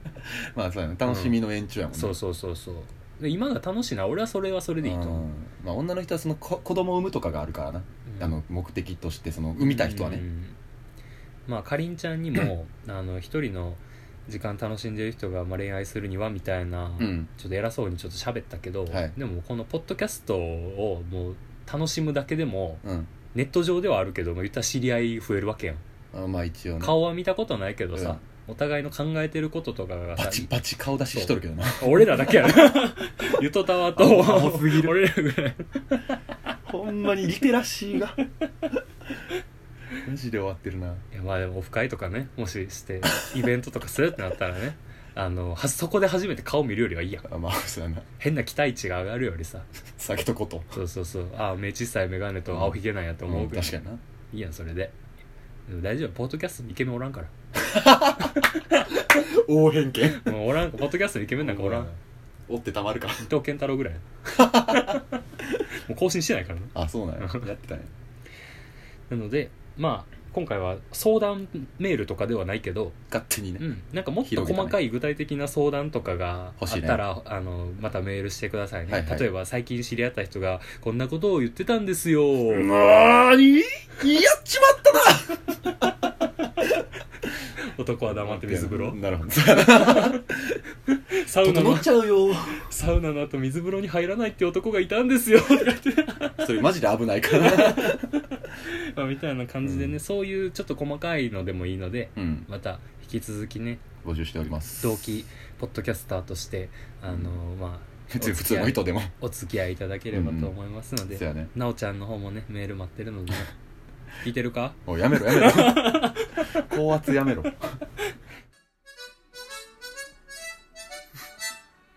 [SPEAKER 2] ま あそうやね楽しみの延長やもんね、
[SPEAKER 1] そうそうそうそうで今が楽しいな俺はそれはそれでいいと思う、
[SPEAKER 2] んまあ、女の人はその子子供を産むとかがあるからな、
[SPEAKER 1] うん
[SPEAKER 2] あの目的としてその産みたい人はね、
[SPEAKER 1] うんまあかりんちゃんにもあの一人の時間楽しんでる人がまあ恋愛するにはみたいな、
[SPEAKER 2] うん
[SPEAKER 1] ちょっと偉そうにちょっと喋ったけど、
[SPEAKER 2] はい
[SPEAKER 1] でもこのポッドキャストをもう楽しむだけでも
[SPEAKER 2] うん
[SPEAKER 1] ネット上ではあるけども言ったら知り合い増えるわけやん
[SPEAKER 2] あまあ一応ね
[SPEAKER 1] 顔は見たことないけどさ、お互いの考えてることとかが
[SPEAKER 2] バ
[SPEAKER 1] さ
[SPEAKER 2] チバチ顔出ししとるけどな
[SPEAKER 1] 俺らだけやなゆとたわと
[SPEAKER 2] 青青すぎる
[SPEAKER 1] 俺らぐらい
[SPEAKER 2] ほんまにリテラシーがマジで終わってるない
[SPEAKER 1] やまあでもオフ会とかねもししてイベントとかするってなったらねあのはそこで初めて顔見るよりはいいやん
[SPEAKER 2] あまあそうやな
[SPEAKER 1] 変な期待値が上がるよりさ
[SPEAKER 2] 先とこと
[SPEAKER 1] そうそうそうああ目小さい眼鏡と青ひげなんやと思う
[SPEAKER 2] うん
[SPEAKER 1] ぐらい、
[SPEAKER 2] 確かにない
[SPEAKER 1] いやんそれででも大丈夫ポッドキャストにイケメンおらんか
[SPEAKER 2] 大偏見
[SPEAKER 1] らもうおらんポッドキャストにイケメンなんかおらん
[SPEAKER 2] おってたまるか
[SPEAKER 1] 伊藤健太郎 ぐらいもう更新してないからね
[SPEAKER 2] あそうなんややってたね
[SPEAKER 1] なのでまあ今回は相談メールとかではないけど、
[SPEAKER 2] 勝手にね、
[SPEAKER 1] うん、なんかもっと
[SPEAKER 2] 広げたね
[SPEAKER 1] 細かい具体的な相談とかがあっ
[SPEAKER 2] 欲しいね
[SPEAKER 1] たら、あのまたメールしてくださいね、
[SPEAKER 2] はいはい
[SPEAKER 1] 例えば最近知り合った人がこんなことを言ってたんですよ、
[SPEAKER 2] なーにやっちまったな
[SPEAKER 1] 男は黙って水風呂
[SPEAKER 2] なるほど
[SPEAKER 1] サウナ
[SPEAKER 2] 整
[SPEAKER 1] の
[SPEAKER 2] っちゃうよ
[SPEAKER 1] サウナの後水風呂に入らないって男がいたんですよと か言って
[SPEAKER 2] それマジで危ないから
[SPEAKER 1] まあみたいな感じでね、
[SPEAKER 2] うん
[SPEAKER 1] そういうちょっと細かいのでもいいので
[SPEAKER 2] うん
[SPEAKER 1] また引き続きね
[SPEAKER 2] 募集しております
[SPEAKER 1] 同期ポッドキャスターとしてあのまあ
[SPEAKER 2] 別に普通の人でも
[SPEAKER 1] お付き合いいただければと思いますので、
[SPEAKER 2] そうやね
[SPEAKER 1] なおちゃんの方もねメール待ってる ので、ね、聞いてるか
[SPEAKER 2] おいやめろやめろ高圧やめろ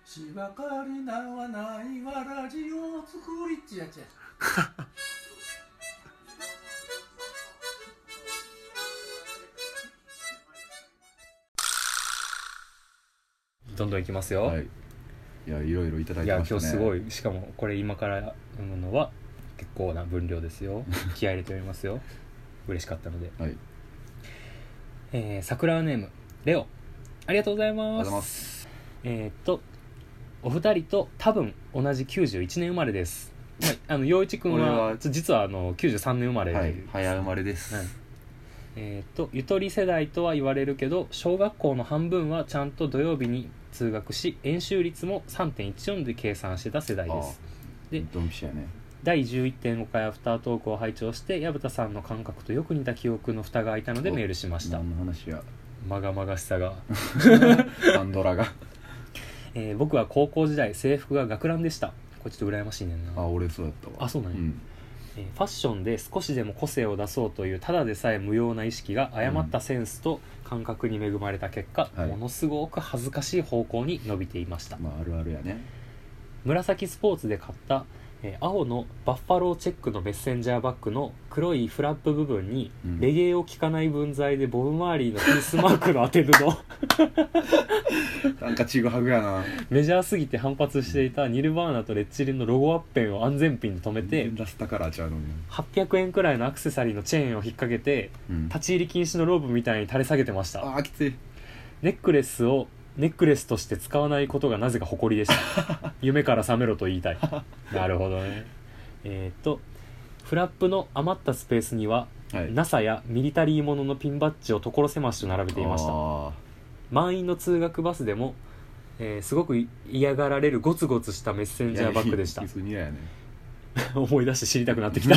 [SPEAKER 3] しばかりなわないわラジオを作りっちやっちゃ
[SPEAKER 1] どんどんいきますよ、、
[SPEAKER 2] はいいいやいろいろいただき
[SPEAKER 1] や
[SPEAKER 2] ましたね
[SPEAKER 1] 今日すごいしかもこれ今から飲むのは結構な分量です よ気合い入れておりますよ嬉しかったので、
[SPEAKER 2] はい
[SPEAKER 1] えー、桜ネームレオありがとうござい
[SPEAKER 2] ありが
[SPEAKER 1] ま
[SPEAKER 2] とうござ
[SPEAKER 1] す
[SPEAKER 2] います
[SPEAKER 1] えーっとお二人と多分同じ91年生まれです、まあ、あの陽一君
[SPEAKER 2] 俺
[SPEAKER 1] は
[SPEAKER 2] は
[SPEAKER 1] 実はあの93年生まれ、
[SPEAKER 2] はい早生まれです、
[SPEAKER 1] はいえーっとゆとり世代とは言われるけど小学校の半分はちゃんと土曜日に通学し円周率も3.14で計算してた世代
[SPEAKER 2] あ
[SPEAKER 1] ですで
[SPEAKER 2] ドンピシャやね
[SPEAKER 1] 第11.5回アフタートークを拝聴して矢蓋さんの感覚とよく似た記憶の蓋が開いたので
[SPEAKER 2] お
[SPEAKER 1] メールしました
[SPEAKER 2] 何の話や
[SPEAKER 1] まがまがしさが、
[SPEAKER 2] アンドラが
[SPEAKER 1] えー僕は高校時代制服が学ランでしたこれちょっと羨ましいねんな
[SPEAKER 2] あ俺そうやったわ
[SPEAKER 1] あそうなんや
[SPEAKER 2] ん
[SPEAKER 1] えーファッションで少しでも個性を出そうというただでさえ無用な意識が誤ったセンスと感覚に恵まれた結果、
[SPEAKER 2] はい
[SPEAKER 1] ものすごく恥ずかしい方向に伸びていました
[SPEAKER 2] まああるあるやね
[SPEAKER 1] 紫スポーツで買った、えー青のバッファローチェックのメッセンジャーバッグの黒いフラップ部分に、
[SPEAKER 2] うん
[SPEAKER 1] レゲエを聴かない分際でボブ・マーリーのピースマークの当て布
[SPEAKER 2] なんかちぐはぐやな
[SPEAKER 1] メジャーすぎて反発していたニルバーナとレッチリのロゴアッペンを安全ピンで留めて
[SPEAKER 2] ラスタカラーちゃうのに、
[SPEAKER 1] 800円くらいのアクセサリーのチェーンを引っ掛けて
[SPEAKER 2] うん
[SPEAKER 1] 立ち入り禁止のローブみたいに垂れ下げてました
[SPEAKER 2] あーきつい
[SPEAKER 1] ネックレスをネックレスとして使わないことがなぜか誇りでした 夢から覚めろと言いたいなるほどねえーっとフラップの余ったスペースには、
[SPEAKER 2] はい
[SPEAKER 1] NASA やミリタリーもののピンバッジを所狭しと並べていました
[SPEAKER 2] あ
[SPEAKER 1] 満員の通学バスでも、えーすごく嫌がられるゴツゴツしたメッセ
[SPEAKER 2] ー
[SPEAKER 1] ンジャーバッグでした
[SPEAKER 2] いやいや普通に嫌やね
[SPEAKER 1] 思い出して知りたくなってきた、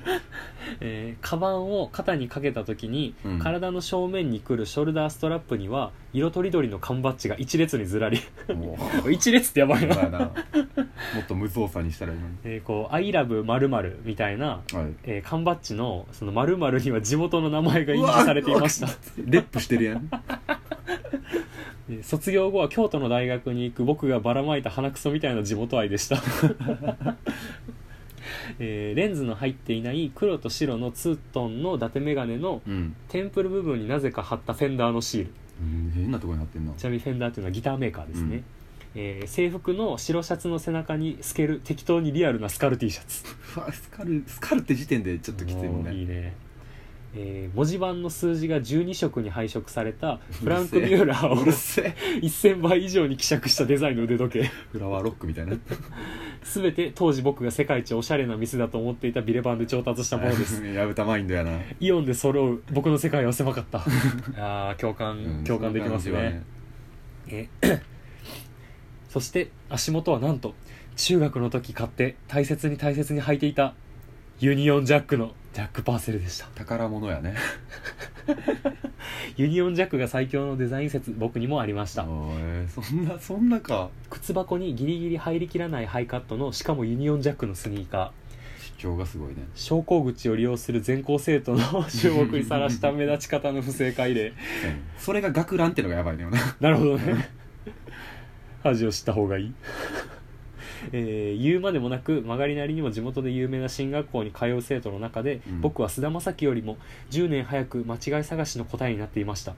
[SPEAKER 1] えー、カバンを肩にかけた時に、
[SPEAKER 2] うん
[SPEAKER 1] 体の正面に来るショルダーストラップには色とりどりの缶バッジが一列にずらり
[SPEAKER 2] もう
[SPEAKER 1] 一列ってやばい
[SPEAKER 2] 嫌や
[SPEAKER 1] な、
[SPEAKER 2] なもっと無造作にしたらいいのに
[SPEAKER 1] えーこう「ILOVE○○」みたいな、
[SPEAKER 2] はい
[SPEAKER 1] えー缶バッジのその○○には地元の名前が印字されていました
[SPEAKER 2] レップしてる やん
[SPEAKER 1] えー卒業後は京都の大学に行く僕がばらまいた鼻くそみたいな地元愛でした、 えーレンズの入っていない黒と白のツートンの伊達眼鏡の
[SPEAKER 2] うん
[SPEAKER 1] テンプル部分になぜか貼ったフェンダーのシール
[SPEAKER 2] うん変なとこになってんな
[SPEAKER 1] ちなみにフェンダーというのはギターメーカーですね、
[SPEAKER 2] うん
[SPEAKER 1] えー制服の白シャツの背中に透ける適当にリアルなスカル T シャツ
[SPEAKER 2] うわスカルスカルって時点でちょっときついもん
[SPEAKER 1] おー
[SPEAKER 2] ね
[SPEAKER 1] いいね、えー文字盤の数字が12色に配色されたフランク・ミューラーを
[SPEAKER 2] うるせえ
[SPEAKER 1] 1000倍以上に希釈したデザインの腕時計
[SPEAKER 2] フラワーロックみたいな
[SPEAKER 1] 全て当時僕が世界一おしゃれな店だと思っていたビレバンで調達したものです
[SPEAKER 2] やぶたマインドやな
[SPEAKER 1] イオンで揃う僕の世界は狭かったあー共感、
[SPEAKER 2] うん
[SPEAKER 1] 共感できます
[SPEAKER 2] そんな感
[SPEAKER 1] ねえ そして足元はなんと中学の時買って大切に大切に履いていたユニオンジャックのジャックパーセルでした
[SPEAKER 2] じはね宝物やね
[SPEAKER 1] ユニオンジャックが最強のデザイン説僕にもありました
[SPEAKER 2] おーえーそんなそんなか
[SPEAKER 1] 靴箱にギリギリ入りきらないハイカットのしかもユニオンジャックのスニーカー
[SPEAKER 2] 主張がすごいね
[SPEAKER 1] 昇降口を利用する全校生徒の 注目にさらした目立ち方の不正解例
[SPEAKER 2] それが学ランってのがやばいのよな
[SPEAKER 1] なるほどね恥を知った方がいいえー言うまでもなく曲がりなりにも地元で有名な進学校に通う生徒の中で、
[SPEAKER 2] うん
[SPEAKER 1] 僕は菅田将暉よりも10年早く間違い探しの答えになっていました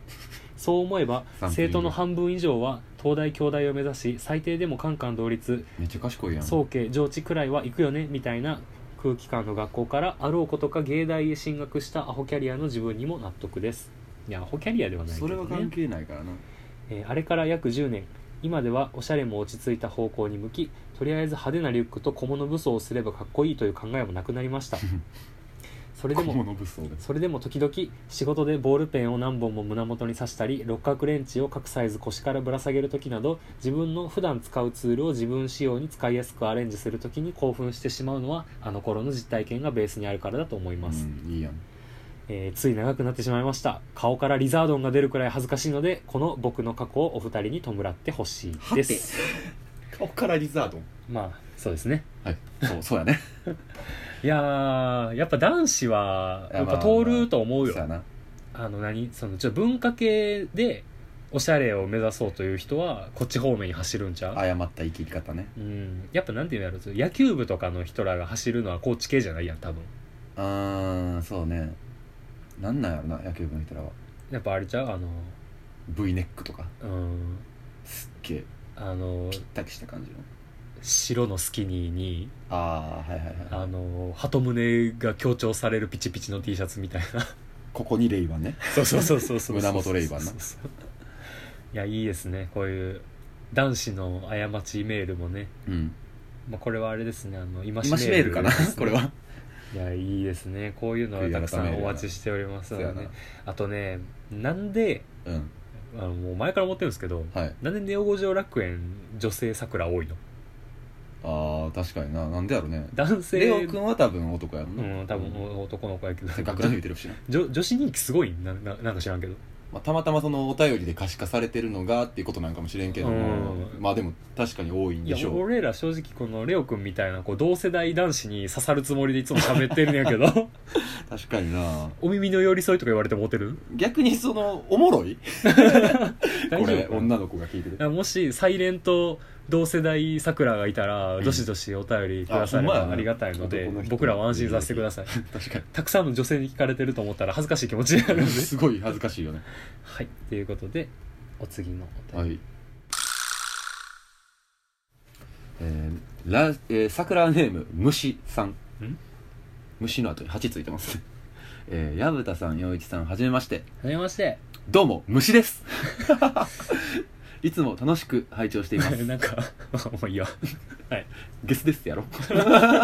[SPEAKER 1] そう思えば
[SPEAKER 2] サンプ
[SPEAKER 1] 生
[SPEAKER 2] リング
[SPEAKER 1] 徒の半分以上は東大京大を目指し最低でもカンカン同率
[SPEAKER 2] めっちゃ賢いやん
[SPEAKER 1] 早慶上智くらいは行くよねみたいな空気感の学校からあろうことか芸大へ進学したアホキャリアの自分にも納得ですいやアホキャリアではないけど、
[SPEAKER 2] そ
[SPEAKER 1] ね、
[SPEAKER 2] れは関係ないからな
[SPEAKER 1] えーあれから約10年今ではおしゃれも落ち着いた方向に向きとりあえず派手なリュックと小物武装をすればかっこいいという考えもなくなりましたそれで
[SPEAKER 2] 小
[SPEAKER 1] も
[SPEAKER 2] 物武装です
[SPEAKER 1] それでも時々仕事でボールペンを何本も胸元に刺したり六角レンチを各サイズ腰からぶら下げる時など自分の普段使うツールを自分仕様に使いやすくアレンジする時に興奮してしまうのはあの頃の実体験がベースにあるからだと思います、
[SPEAKER 2] うん、いいやん
[SPEAKER 1] えーつい長くなってしまいました顔からリザードンが出るくらい恥ずかしいのでこの僕の過去をお二人に弔ってほしいです
[SPEAKER 2] 顔からリザードン
[SPEAKER 1] まあそうですね
[SPEAKER 2] はいそうそうやね
[SPEAKER 1] いやーやっぱ男子はい
[SPEAKER 2] や
[SPEAKER 1] やっぱ
[SPEAKER 2] まあ
[SPEAKER 1] 通ると思
[SPEAKER 2] そうう
[SPEAKER 1] よ、
[SPEAKER 2] やな
[SPEAKER 1] あの何そのちょ文化系でおしゃれを目指そうという人はこっち方面に走るんちゃう
[SPEAKER 2] 誤った生き方ね
[SPEAKER 1] うんやっぱなんていうんやろ野球部とかの人らが走るのは高知系じゃないやん多分
[SPEAKER 2] あーそうねなんなんやろな野球部の人らは
[SPEAKER 1] やっぱあれちゃうあの
[SPEAKER 2] V ネックとか
[SPEAKER 1] うん
[SPEAKER 2] すっげえ
[SPEAKER 1] あの
[SPEAKER 2] ぴったりした感じの
[SPEAKER 1] 白のスキニーに
[SPEAKER 2] ああはいはいはい
[SPEAKER 1] あの鳩胸が強調されるピチピチの T シャツみたいな
[SPEAKER 2] ここにレイバンね
[SPEAKER 1] そうそうそうそうそう
[SPEAKER 2] 胸元レイバンな
[SPEAKER 1] そうそうそういやいいですねこういう男子の過ちメールもね、
[SPEAKER 2] うん
[SPEAKER 1] まあ、これはあれですねあの今
[SPEAKER 2] 今
[SPEAKER 1] し
[SPEAKER 2] 閉めるかな
[SPEAKER 1] ですね
[SPEAKER 2] これはい
[SPEAKER 1] やいいですねこういうのはたくさんお待ちしております
[SPEAKER 2] そ
[SPEAKER 1] の
[SPEAKER 2] う
[SPEAKER 1] で
[SPEAKER 2] や
[SPEAKER 1] ね、
[SPEAKER 2] な
[SPEAKER 1] あとねなんで
[SPEAKER 2] うん
[SPEAKER 1] あのもう前から思ってるんですけど
[SPEAKER 2] はい
[SPEAKER 1] なんでネオ五条楽園女性桜多いの
[SPEAKER 2] あー確かにななんでやろうね
[SPEAKER 1] 男性
[SPEAKER 2] レオ君は多分男やろな
[SPEAKER 1] うん多分男の子やけど
[SPEAKER 2] せっかく吹いてるしな、
[SPEAKER 1] 女女子人気すごいなななんか知らんけど
[SPEAKER 2] まあ、たまたまそのお便りで可視化されてるのがっていうことなんかもしれんけども
[SPEAKER 1] うん
[SPEAKER 2] まあでも確かに多いん
[SPEAKER 1] い
[SPEAKER 2] で
[SPEAKER 1] や
[SPEAKER 2] しょう
[SPEAKER 1] 俺ら正直このレオくんみたいなこう同世代男子に刺さるつもりでいつも喋ってるんやけ ど
[SPEAKER 2] 確かにな
[SPEAKER 1] お耳の寄り添いとか言われてモテる
[SPEAKER 2] 逆にそのおもろい
[SPEAKER 1] 大丈
[SPEAKER 2] これ
[SPEAKER 1] 夫かな
[SPEAKER 2] 女の子が聞いて
[SPEAKER 1] いや
[SPEAKER 2] る
[SPEAKER 1] もしサイレント同世代さくらがいたら、どしどしお便りくだされ
[SPEAKER 2] あほんまや
[SPEAKER 1] ば
[SPEAKER 2] な
[SPEAKER 1] ありがたいので
[SPEAKER 2] 男の人
[SPEAKER 1] 僕らは安心させてください
[SPEAKER 2] 確か
[SPEAKER 1] たくさんの女性に聞かれてると思ったら恥ずかしい気持ちになるんで
[SPEAKER 2] に すごい恥ずかしいよね
[SPEAKER 1] はいということでお次のお便
[SPEAKER 2] は
[SPEAKER 1] り、
[SPEAKER 2] いえーラえー桜ネーム虫さん
[SPEAKER 1] ん
[SPEAKER 2] 虫の後に蜂ついてますね えー矢蓋さん陽一さんはじめまして
[SPEAKER 1] はじめまして
[SPEAKER 2] どうも虫です いつも楽しく拝聴しています
[SPEAKER 1] なんかもういいよ
[SPEAKER 2] ゲスですやろ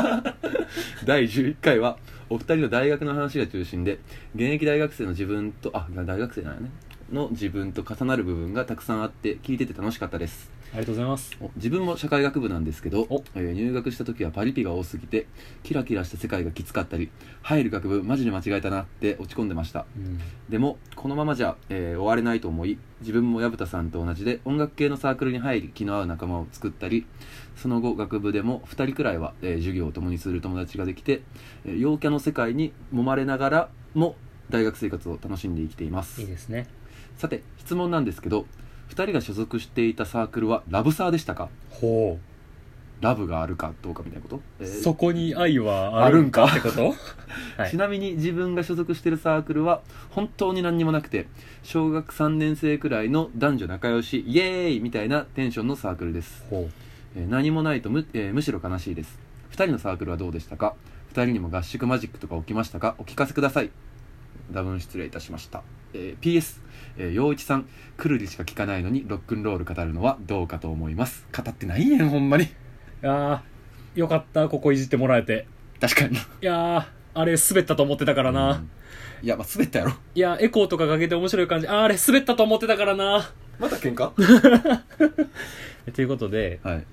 [SPEAKER 2] 第11回はお二人の大学の話が中心で現役大学生の自分とあ大学生なんやねの自分と重なる部分がたくさんあって聞いてて楽しかったです
[SPEAKER 1] ありがとうございます
[SPEAKER 2] お自分も社会学部なんですけど
[SPEAKER 1] お、
[SPEAKER 2] えー入学した時はパリピが多すぎてキラキラした世界がきつかったり入る学部マジで間違えたなって落ち込んでました
[SPEAKER 1] うん
[SPEAKER 2] でもこのままじゃ、えー終われないと思い自分も薮田さんと同じで音楽系のサークルに入り気の合う仲間を作ったりその後学部でも2人くらいは、えー授業を共にする友達ができて、えー陽キャの世界に揉まれながらも大学生活を楽しんで生きています
[SPEAKER 1] いいですね
[SPEAKER 2] さて質問なんですけど2人が所属していたサークルはラブサーでしたか
[SPEAKER 1] ほ
[SPEAKER 2] ラブがあるかどうかみたいなこと、え
[SPEAKER 1] う、
[SPEAKER 2] ー
[SPEAKER 1] そこに愛はあ
[SPEAKER 2] あ
[SPEAKER 1] る
[SPEAKER 2] る
[SPEAKER 1] ん
[SPEAKER 2] ん
[SPEAKER 1] か
[SPEAKER 2] か
[SPEAKER 1] ってことはい
[SPEAKER 2] ちなみに自分が所属しているサークルは本当に何にもなくて小学3年生くらいの男女仲良しイエーイみたいなテンションのサークルです、
[SPEAKER 1] ほ
[SPEAKER 2] えー何もないとむ,えー、むしろ悲しいです2人のサークルはどうでしたか2人にも合宿マジックとか起きましたかお聞かせください多分失礼いたしました、えー PS えー陽一さんくるりしか聞かないのにロックンロール語るのはどうかと思います語ってないやんほんまに
[SPEAKER 1] うあーよかったここいじってもらえて
[SPEAKER 2] 確かに
[SPEAKER 1] いやーあれ滑ったと思ってたからな、
[SPEAKER 2] うんいやまあ滑ったやろ
[SPEAKER 1] いや、エコーとかかけて面白い感じ。あーあれ、滑ったと思ってたからな。
[SPEAKER 2] また喧嘩
[SPEAKER 1] ということで、
[SPEAKER 2] はい、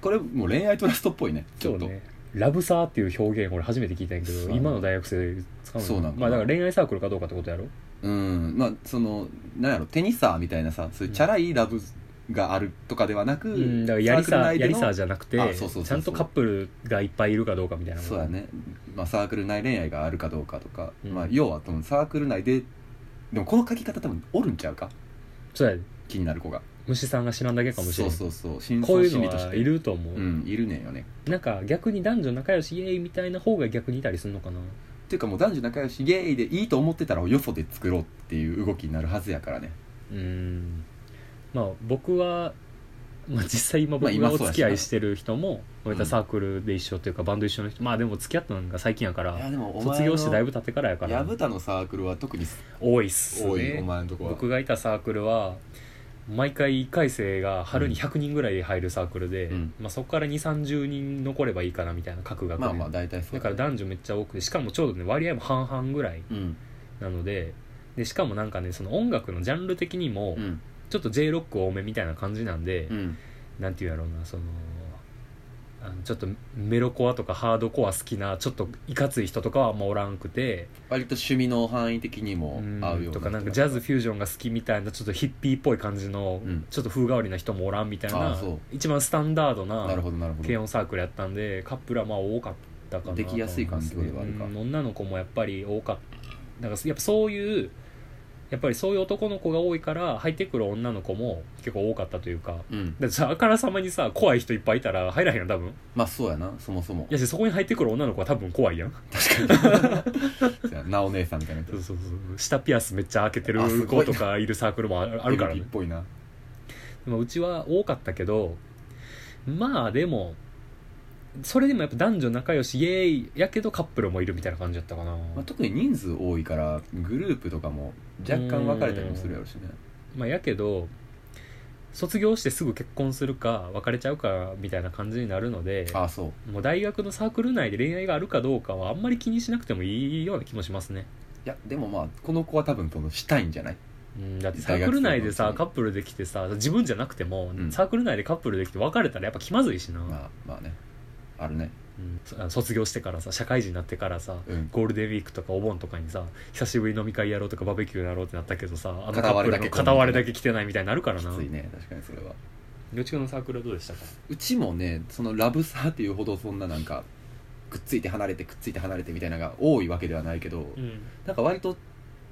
[SPEAKER 2] これもう恋愛トラストっぽいねち
[SPEAKER 1] そ
[SPEAKER 2] ょ
[SPEAKER 1] う
[SPEAKER 2] っと、
[SPEAKER 1] ね、ラブサーっていう表現、俺初めて聞いたんやけ
[SPEAKER 2] そう
[SPEAKER 1] ど、
[SPEAKER 2] なの
[SPEAKER 1] 今の大学生で使うの
[SPEAKER 2] そうなの
[SPEAKER 1] まあ、だから恋愛サークルかどうかってことやろ
[SPEAKER 2] うんまあそのなんやろテニサーみたいなさそういうチャラいラブがあるとかではなく、
[SPEAKER 1] うん、だからやりさ
[SPEAKER 2] サー
[SPEAKER 1] ー、
[SPEAKER 2] クル
[SPEAKER 1] や
[SPEAKER 2] 内で
[SPEAKER 1] り
[SPEAKER 2] の
[SPEAKER 1] さーじゃなくて
[SPEAKER 2] あそうそうそうそう
[SPEAKER 1] ちゃんとカップルがいっぱいいるかどうかみたいな。
[SPEAKER 2] そうや。ね、まあ、サークル内恋愛があるかどうかとか、
[SPEAKER 1] うん
[SPEAKER 2] まあ、要はそのサークル内ででもこの書き方多分おるんちゃうか
[SPEAKER 1] そうや、
[SPEAKER 2] 気になる子が
[SPEAKER 1] 虫さんが知らんだけかもしれ
[SPEAKER 2] そ
[SPEAKER 1] な
[SPEAKER 2] う
[SPEAKER 1] い。
[SPEAKER 2] そうそう真
[SPEAKER 1] こう
[SPEAKER 2] 相
[SPEAKER 1] いう
[SPEAKER 2] 心
[SPEAKER 1] の
[SPEAKER 2] 理とし
[SPEAKER 1] は
[SPEAKER 2] て
[SPEAKER 1] いると思う。
[SPEAKER 2] うんいるねんよね
[SPEAKER 1] なんか、逆に男女仲良し、イエーイみたいな方が逆にいたりするのかな。
[SPEAKER 2] っていうかもう男女仲良しイエーイでいいと思ってたらよそで作ろうっていう動きになるはずやからね
[SPEAKER 1] うーんまあ僕はまあ、実際今
[SPEAKER 2] まあ
[SPEAKER 1] 僕
[SPEAKER 2] 今
[SPEAKER 1] が
[SPEAKER 2] そう
[SPEAKER 1] お
[SPEAKER 2] やしな
[SPEAKER 1] 付き合いしてる人も
[SPEAKER 2] ん
[SPEAKER 1] 俺たサークルで一緒というかバンド一緒の人まあでも付き合ったのが最近やか
[SPEAKER 2] いや
[SPEAKER 1] ら
[SPEAKER 2] でもお前の
[SPEAKER 1] 卒業してだいぶ経ってからやか
[SPEAKER 2] 矢
[SPEAKER 1] ら
[SPEAKER 2] 蓋のサークルは特に
[SPEAKER 1] 多いっす
[SPEAKER 2] 多いお
[SPEAKER 1] ね
[SPEAKER 2] 前のとこは
[SPEAKER 1] 僕がいたサークルは毎回1回生が春に100人ぐらい入るサークルで、
[SPEAKER 2] うん
[SPEAKER 1] まあ、そこから2 3 0人残ればいいかなみたいな各学年、
[SPEAKER 2] まあまあ大体そう
[SPEAKER 1] だから男女めっちゃ多くてしかもちょうどね割合も半々ぐらい
[SPEAKER 2] うん
[SPEAKER 1] なのででしかもなんかねその音楽のジャンル的にも
[SPEAKER 2] うん
[SPEAKER 1] ちょっと J ロック多めみたいな感じなんで、
[SPEAKER 2] うん
[SPEAKER 1] なんていうんやろうなそのあのちょっとメロコアとかハードコア好きなちょっといかつい人とかはあんまおらんくて
[SPEAKER 2] 割と趣味の範囲的にも合うような
[SPEAKER 1] とかなんかジャズフュージョンが好きみたいなちょっとヒッピーっぽい感じの、
[SPEAKER 2] うん
[SPEAKER 1] ちょっと風変わりな人もおらんみたい
[SPEAKER 2] あー
[SPEAKER 1] な
[SPEAKER 2] そう
[SPEAKER 1] 一番スタンダードな
[SPEAKER 2] なるほどなるほ
[SPEAKER 1] 軽
[SPEAKER 2] ど
[SPEAKER 1] 音サークルやったんでカップルはまあ多かったかな
[SPEAKER 2] できやすい環境ではあるか
[SPEAKER 1] うん女の子もやっぱり多かっただからやっぱそういうやっぱりそういう男の子が多いから入ってくる女の子も結構多かったというか
[SPEAKER 2] うん
[SPEAKER 1] だってさあからさまにさ怖い人いっぱいいたら入らへんやん多分
[SPEAKER 2] まあそうやなそもそも
[SPEAKER 1] いやしそこに入ってくる女の子は多分怖いやん
[SPEAKER 2] じゃあなお姉さんみたいな
[SPEAKER 1] そうそうそう下ピアスめっちゃ開けてる
[SPEAKER 2] あすごいな
[SPEAKER 1] 子とかいるサークルもあるあるから
[SPEAKER 2] LP
[SPEAKER 1] ね
[SPEAKER 2] っぽいな
[SPEAKER 1] まあうちは多かったけどまあでもそれでもやっぱ男女仲良しイエーイやけどカップルもいるみたいな感じだったかな、
[SPEAKER 2] まあ、特に人数多いからグループとかも若干分かれたりもするやろうしね
[SPEAKER 1] まあ、やけど卒業してすぐ結婚するか別れちゃうかみたいな感じになるので
[SPEAKER 2] ああそう
[SPEAKER 1] もう大学のサークル内で恋愛があるかどうかはあんまり気にしなくてもいいような気もしますね、
[SPEAKER 2] いやでもまあこの子は多分そのしたいんじゃない
[SPEAKER 1] うん、だってサークル内でさカップルできてさ自分じゃなくても、
[SPEAKER 2] うん
[SPEAKER 1] サークル内でカップルできて別れたらやっぱ気まずいしな、
[SPEAKER 2] まあまあねあるね
[SPEAKER 1] うんそあの卒業してからさ社会人になってからさ
[SPEAKER 2] うん
[SPEAKER 1] ゴールデンウィークとかお盆とかにさ久しぶり飲み会やろうとかバーベキューやろうってなったけどさあのカップルの
[SPEAKER 2] 片
[SPEAKER 1] 片
[SPEAKER 2] 割
[SPEAKER 1] 割れ
[SPEAKER 2] れだ
[SPEAKER 1] だ
[SPEAKER 2] け
[SPEAKER 1] け来てないみたいになるから
[SPEAKER 2] き
[SPEAKER 1] な
[SPEAKER 2] ついね確かにそれは
[SPEAKER 1] よちくのサークルはどうでしたか
[SPEAKER 2] うちもねそのラブサーっていうほどそんななんかくっついて離れてくっついて離れてみたいなのが多いわけではないけど、
[SPEAKER 1] うん
[SPEAKER 2] なんか割と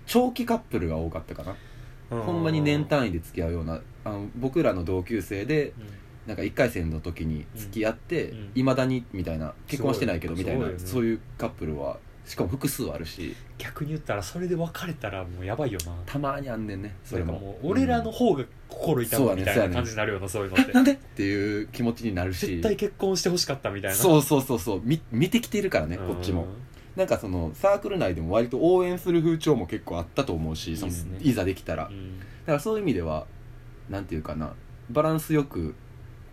[SPEAKER 2] 長期カップルが多かったかな、ほんまに年単位で付き合うようなあの僕らの同級生でなんか1回戦の時に付き合って
[SPEAKER 1] うん
[SPEAKER 2] いま、未だにみたいな結婚はしてないけどみ
[SPEAKER 1] すご
[SPEAKER 2] た
[SPEAKER 1] い
[SPEAKER 2] いな
[SPEAKER 1] すごいよね
[SPEAKER 2] そういうカップルはしかも複数あるし
[SPEAKER 1] 逆に言ったらそれで別れたらもうやばいよな
[SPEAKER 2] たまにあんねんねそ
[SPEAKER 1] そ
[SPEAKER 2] れ
[SPEAKER 1] れ
[SPEAKER 2] も
[SPEAKER 1] かもう俺らの
[SPEAKER 2] うん
[SPEAKER 1] 方が心痛むみた
[SPEAKER 2] そうや
[SPEAKER 1] い
[SPEAKER 2] ね
[SPEAKER 1] な感じになるよなそういうのっ
[SPEAKER 2] え
[SPEAKER 1] て
[SPEAKER 2] なんでっていう気持ちになるし
[SPEAKER 1] 絶対結婚してほしかったみたいな
[SPEAKER 2] そうそうそうそうみ見てきてるからねこっちもなんかそのサークル内でも割と応援する風潮も結構あったと思うし
[SPEAKER 1] いいです
[SPEAKER 2] そ
[SPEAKER 1] ね
[SPEAKER 2] のいざできたら、
[SPEAKER 1] う
[SPEAKER 2] だ
[SPEAKER 1] ん
[SPEAKER 2] からそういう意味ではなんていうかなバランスよく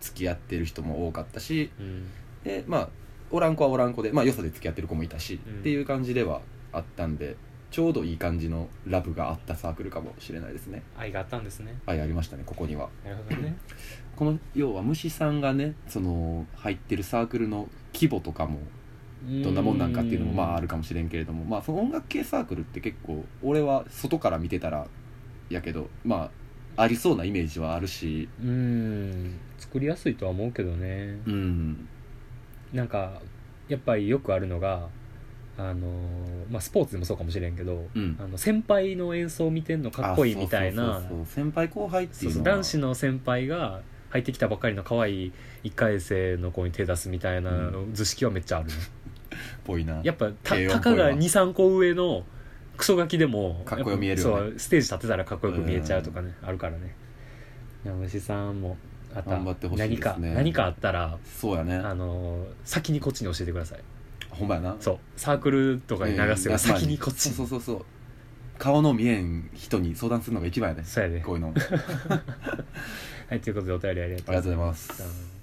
[SPEAKER 2] 付き合ってる人も多かったし
[SPEAKER 1] うん
[SPEAKER 2] でまあおらん子はおらん子でまあよさで付き合ってる子もいたし、
[SPEAKER 1] うん
[SPEAKER 2] っていう感じではあったんでちょうどいい感じのラブがあったサークルかもしれないですね
[SPEAKER 1] 愛があったんですね
[SPEAKER 2] 愛ありましたねここには
[SPEAKER 1] なるほどね
[SPEAKER 2] この要は虫さんがねその入ってるサークルの規模とかもどんなもんなんかっていうのもまああるかもしれんけれどもまあその音楽系サークルって結構俺は外から見てたらやけどまあありそうなイメージはあるし
[SPEAKER 1] うん作りやすいとは思うけどね
[SPEAKER 2] うん
[SPEAKER 1] なんかやっぱりよくあるのがあのーまあスポーツでもそうかもしれんけど
[SPEAKER 2] うん
[SPEAKER 1] あの先輩の演奏見てんのかっこいいみたい
[SPEAKER 2] あ
[SPEAKER 1] な
[SPEAKER 2] そうそうそうそう先輩後輩って
[SPEAKER 1] そ
[SPEAKER 2] いうう
[SPEAKER 1] そう
[SPEAKER 2] の
[SPEAKER 1] 男子
[SPEAKER 2] の
[SPEAKER 1] の先輩が入ってきたばっかりの可愛い1回生の子に手出すみたいな
[SPEAKER 2] う
[SPEAKER 1] 図式はめっちゃあるね、
[SPEAKER 2] っぽいな
[SPEAKER 1] やっぱた
[SPEAKER 2] ええわ
[SPEAKER 1] たか
[SPEAKER 2] こ
[SPEAKER 1] が
[SPEAKER 2] れは
[SPEAKER 1] 23個上のクソガキでも
[SPEAKER 2] かっこよく見えるよね
[SPEAKER 1] やっぱそうステージ立てたらかっこよく見えちゃうとかねあるからね山虫さんもまた
[SPEAKER 2] 頑張ってほしいです
[SPEAKER 1] 何
[SPEAKER 2] ね
[SPEAKER 1] か何かあったら
[SPEAKER 2] そうやね
[SPEAKER 1] あのー先にこっちに教えてください
[SPEAKER 2] ほんまやな
[SPEAKER 1] そうサークルとかに流すより
[SPEAKER 2] ええ
[SPEAKER 1] 先にこっち
[SPEAKER 2] そう
[SPEAKER 1] に
[SPEAKER 2] そうそうそう顔の見えん人に相談するのが一番やね
[SPEAKER 1] そうやで
[SPEAKER 2] こういうのあ
[SPEAKER 1] はいということでお便りありがとうご
[SPEAKER 2] りがと
[SPEAKER 1] ざ
[SPEAKER 2] うござ
[SPEAKER 1] い
[SPEAKER 2] いま
[SPEAKER 1] ます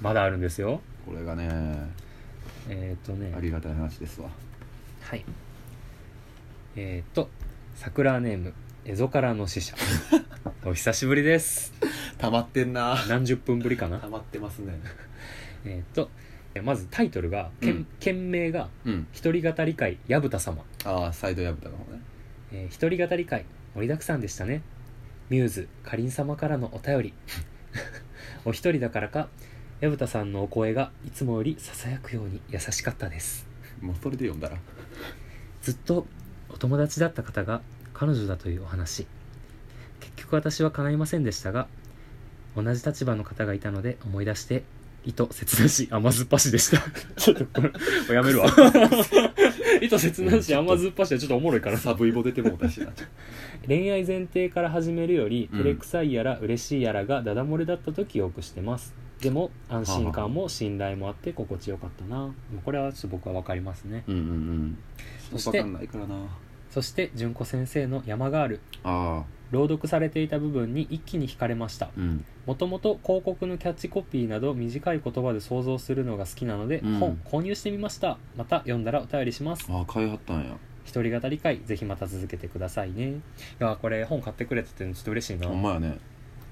[SPEAKER 1] まだあるんですよ
[SPEAKER 2] これがね
[SPEAKER 1] えーっ、とね
[SPEAKER 2] ありがたい話ですわ
[SPEAKER 1] はいえーっ、と桜ネーム蝦夷からの 使者お久しぶりです
[SPEAKER 2] 溜まってんな
[SPEAKER 1] 何十分ぶりかな
[SPEAKER 2] 溜まってますね
[SPEAKER 1] えーっとえまずタイトルが、けん
[SPEAKER 2] うん
[SPEAKER 1] 件名が
[SPEAKER 2] うん
[SPEAKER 1] 「一人語り会薮田様
[SPEAKER 2] ああサイドヤブタの方ね」
[SPEAKER 1] えー一人語り会盛りだくさんでしたねミューズかりん様からのお便り お一人だからか薮田さんのお声がいつもよりささやくように優しかったです
[SPEAKER 2] もうそれで読んだら
[SPEAKER 1] ずっとお友達だった方が彼女だというお話結局私は叶いませんでしたが同じ立場の方がいたので思い出 して意図切なし甘酸っぱしでしたちょっとこれやめるわ糸切なし甘酸っぱしはちょっとおもろいから
[SPEAKER 2] サブイボ出てもうたしな
[SPEAKER 1] 恋愛前提から始めるより
[SPEAKER 2] うん
[SPEAKER 1] 照れくさいやら嬉しいやらがダダ漏れだったと記憶してますでも安心感も信頼もあって心地よかったなこれはちょっと僕は分かりますね
[SPEAKER 2] うんうんうん
[SPEAKER 1] そして
[SPEAKER 2] わかんないからな
[SPEAKER 1] そして純子先生の「山ガール
[SPEAKER 2] ああ」
[SPEAKER 1] 朗読されていた部分に一気に惹かれました
[SPEAKER 2] うん
[SPEAKER 1] もともと広告のキャッチコピーなど短い言葉で想像するのが好きなので、
[SPEAKER 2] うん
[SPEAKER 1] 本購入してみましたまた読んだらお便りします
[SPEAKER 2] ああ買いはったんや
[SPEAKER 1] 一人語り会ぜひまた続けてくださいねいやこれ本買ってくれたってちょっと嬉しいな
[SPEAKER 2] ほんまやね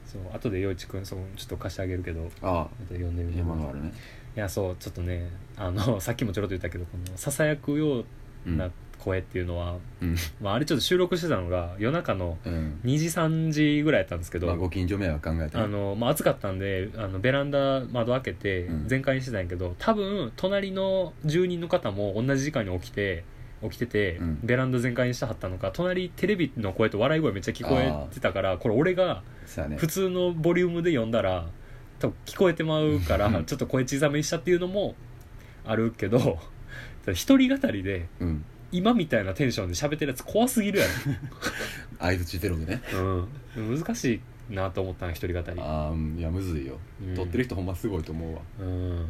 [SPEAKER 1] そう後で陽一くんそうちょっと貸してあげるけど
[SPEAKER 2] ああ
[SPEAKER 1] また読んでみて
[SPEAKER 2] 山があるね
[SPEAKER 1] いやそうちょっとねあの さっきもちょろっと言ったけどこのささやくよ
[SPEAKER 2] う
[SPEAKER 1] うんな声っていうのは、
[SPEAKER 2] うん
[SPEAKER 1] まあ、あれちょっと収録してたのが夜中の
[SPEAKER 2] うん
[SPEAKER 1] 2時3時ぐらいやったんですけど、
[SPEAKER 2] まあご近所迷惑考えた
[SPEAKER 1] あのまあ、暑かったんであのベランダ窓開けて
[SPEAKER 2] うん
[SPEAKER 1] 全開にしてたんやけど、多分隣の住人の方も同じ時間に起きて起きてて、
[SPEAKER 2] うん
[SPEAKER 1] ベランダ全開にしてはったのか隣テレビの声と笑い声めっちゃ聞こえてたからこれ俺が
[SPEAKER 2] そうやね
[SPEAKER 1] 普通のボリュームで読んだら多分聞こえてまうから
[SPEAKER 2] うん
[SPEAKER 1] ちょっと声小さめにしたっていうのもあるけど 一人語りで
[SPEAKER 2] うん
[SPEAKER 1] 今みたいなテンションで喋ってるやつ怖すぎるや
[SPEAKER 2] 相づちゼロでね
[SPEAKER 1] ろ、うん、難しいなと思ったな一人語り、
[SPEAKER 2] ああうんいやむずいよ
[SPEAKER 1] うん
[SPEAKER 2] 撮ってる人ほんますごいと思うわ
[SPEAKER 1] うん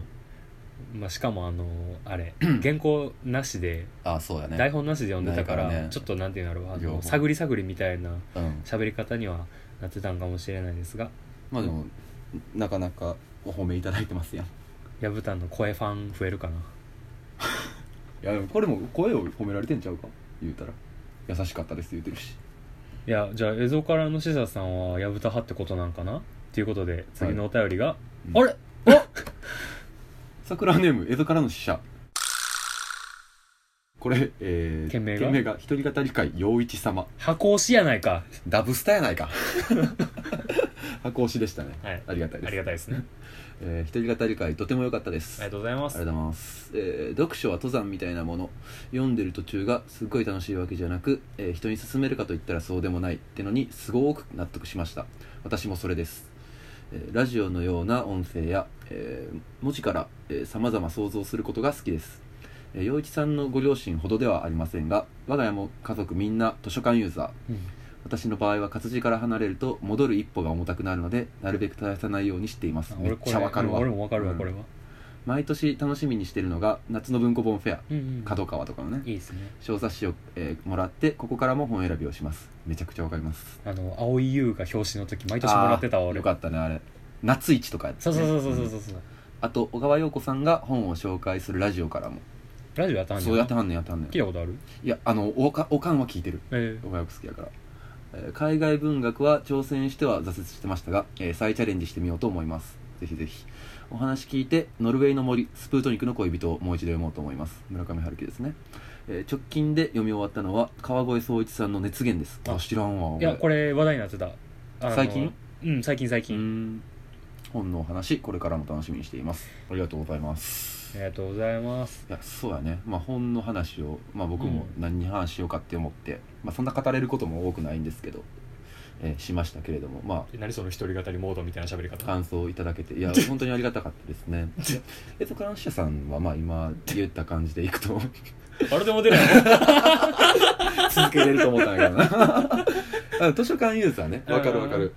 [SPEAKER 1] まあ、しかもあのあ れ原稿なしで
[SPEAKER 2] ああそうや
[SPEAKER 1] 台本なしで読んでたから
[SPEAKER 2] ないからね
[SPEAKER 1] ちょっとなんていうんだろうあ
[SPEAKER 2] 両
[SPEAKER 1] の
[SPEAKER 2] 方
[SPEAKER 1] 探り探りみたいな
[SPEAKER 2] うん
[SPEAKER 1] 喋り方にはなってたんかもしれないですが
[SPEAKER 2] まあでもなかなかお褒めいただいてますやんい
[SPEAKER 1] ヤブタンの声ファン増えるかな
[SPEAKER 2] やでもこれも声を褒められてんちゃうか言うたら優しかったですって言うてるし
[SPEAKER 1] いやじゃあ蝦夷からの死者さんはヤブタ派ってことなんかなっていうことで次のお便りが、
[SPEAKER 2] はい
[SPEAKER 1] あれあ
[SPEAKER 2] 桜ネーム江戸からの使者これ、えー、
[SPEAKER 1] 件名が
[SPEAKER 2] が一人語り会陽一様
[SPEAKER 1] 箱押しやないか
[SPEAKER 2] ダブスターやないか 箱押しでしたね
[SPEAKER 1] はい
[SPEAKER 2] ありがたいです
[SPEAKER 1] ありがたいですね
[SPEAKER 2] えー、一人語り会とても良かったです
[SPEAKER 1] ありがとうございま
[SPEAKER 2] あ
[SPEAKER 1] す
[SPEAKER 2] りがとうございます、えー読書は登山みたいなもの読んでる途中がすっごい楽しいわけじゃなく、えー人に勧めるかといったらそうでもないってのにすごく納得しました私もそれです、えーラジオのような音声や、えー文字からさまざま想像することが好きですえー陽一さんのご両親ほどではありませんが我が家も家族みんな図書館ユーザー
[SPEAKER 1] うん
[SPEAKER 2] 私の場合は活字から離れると戻る一歩が重たくなるのでなるべく絶やさないようにしていますめ
[SPEAKER 1] 俺
[SPEAKER 2] っ
[SPEAKER 1] これ
[SPEAKER 2] ちゃわかるわ
[SPEAKER 1] 俺もわかるわ
[SPEAKER 2] うん
[SPEAKER 1] これは、
[SPEAKER 2] 毎年楽しみにしてるのが夏の文庫本フェア
[SPEAKER 1] うんうん
[SPEAKER 2] 角川とかのね
[SPEAKER 1] いいですね
[SPEAKER 2] 小冊子を、えーもらってここからも本選びをしますめちゃくちゃわかります
[SPEAKER 1] あの青い優が表紙の時毎年もらってたわ
[SPEAKER 2] あー
[SPEAKER 1] 俺
[SPEAKER 2] よかったねあれ夏市とかやった
[SPEAKER 1] そう
[SPEAKER 2] ね
[SPEAKER 1] そうそうそう
[SPEAKER 2] うん
[SPEAKER 1] そうそう、
[SPEAKER 2] あと小川陽子さんが本を紹介するラジオからも
[SPEAKER 1] ラジオやったんじゃん
[SPEAKER 2] そうやってはんねんやってはんねん
[SPEAKER 1] 聞いたことある
[SPEAKER 2] いやあのおかおかんは聞いてる
[SPEAKER 1] え
[SPEAKER 2] 小川陽子好きやから、えー海外文学は挑戦しては挫折してましたが、えー再チャレンジしてみようと思いますぜひぜひお話聞いて「ノルウェーの森スプートニクの恋人」をもう一度読もうと思います村上春樹ですね、えー直近で読み終わったのは川越宗一さんの熱源です
[SPEAKER 1] あ
[SPEAKER 2] あ知らんわ
[SPEAKER 1] えいやこ
[SPEAKER 2] れ
[SPEAKER 1] れ話題になってたあの
[SPEAKER 2] 最近
[SPEAKER 1] うん最近最
[SPEAKER 2] うー
[SPEAKER 1] 近、
[SPEAKER 2] ん本のお話これからも楽しみにしていますありがとうございます
[SPEAKER 1] ありがとうございます
[SPEAKER 2] いやそうやね、まあ、本の話を、まあ、僕も何に話しようかって思って、まあ、そんな語れることも多くないんですけど、えーしましたけれども、ま
[SPEAKER 1] 何その一人語りモードみたいな喋り
[SPEAKER 2] あ、
[SPEAKER 1] 方
[SPEAKER 2] 感想をいただけていや本当にありがたかったですねえっとランシャさんはまあ今言った感じでいくと
[SPEAKER 1] 誰でも 出ない
[SPEAKER 2] 続けれると思ったんやけどな あ図書館ユーザーねわかるわかる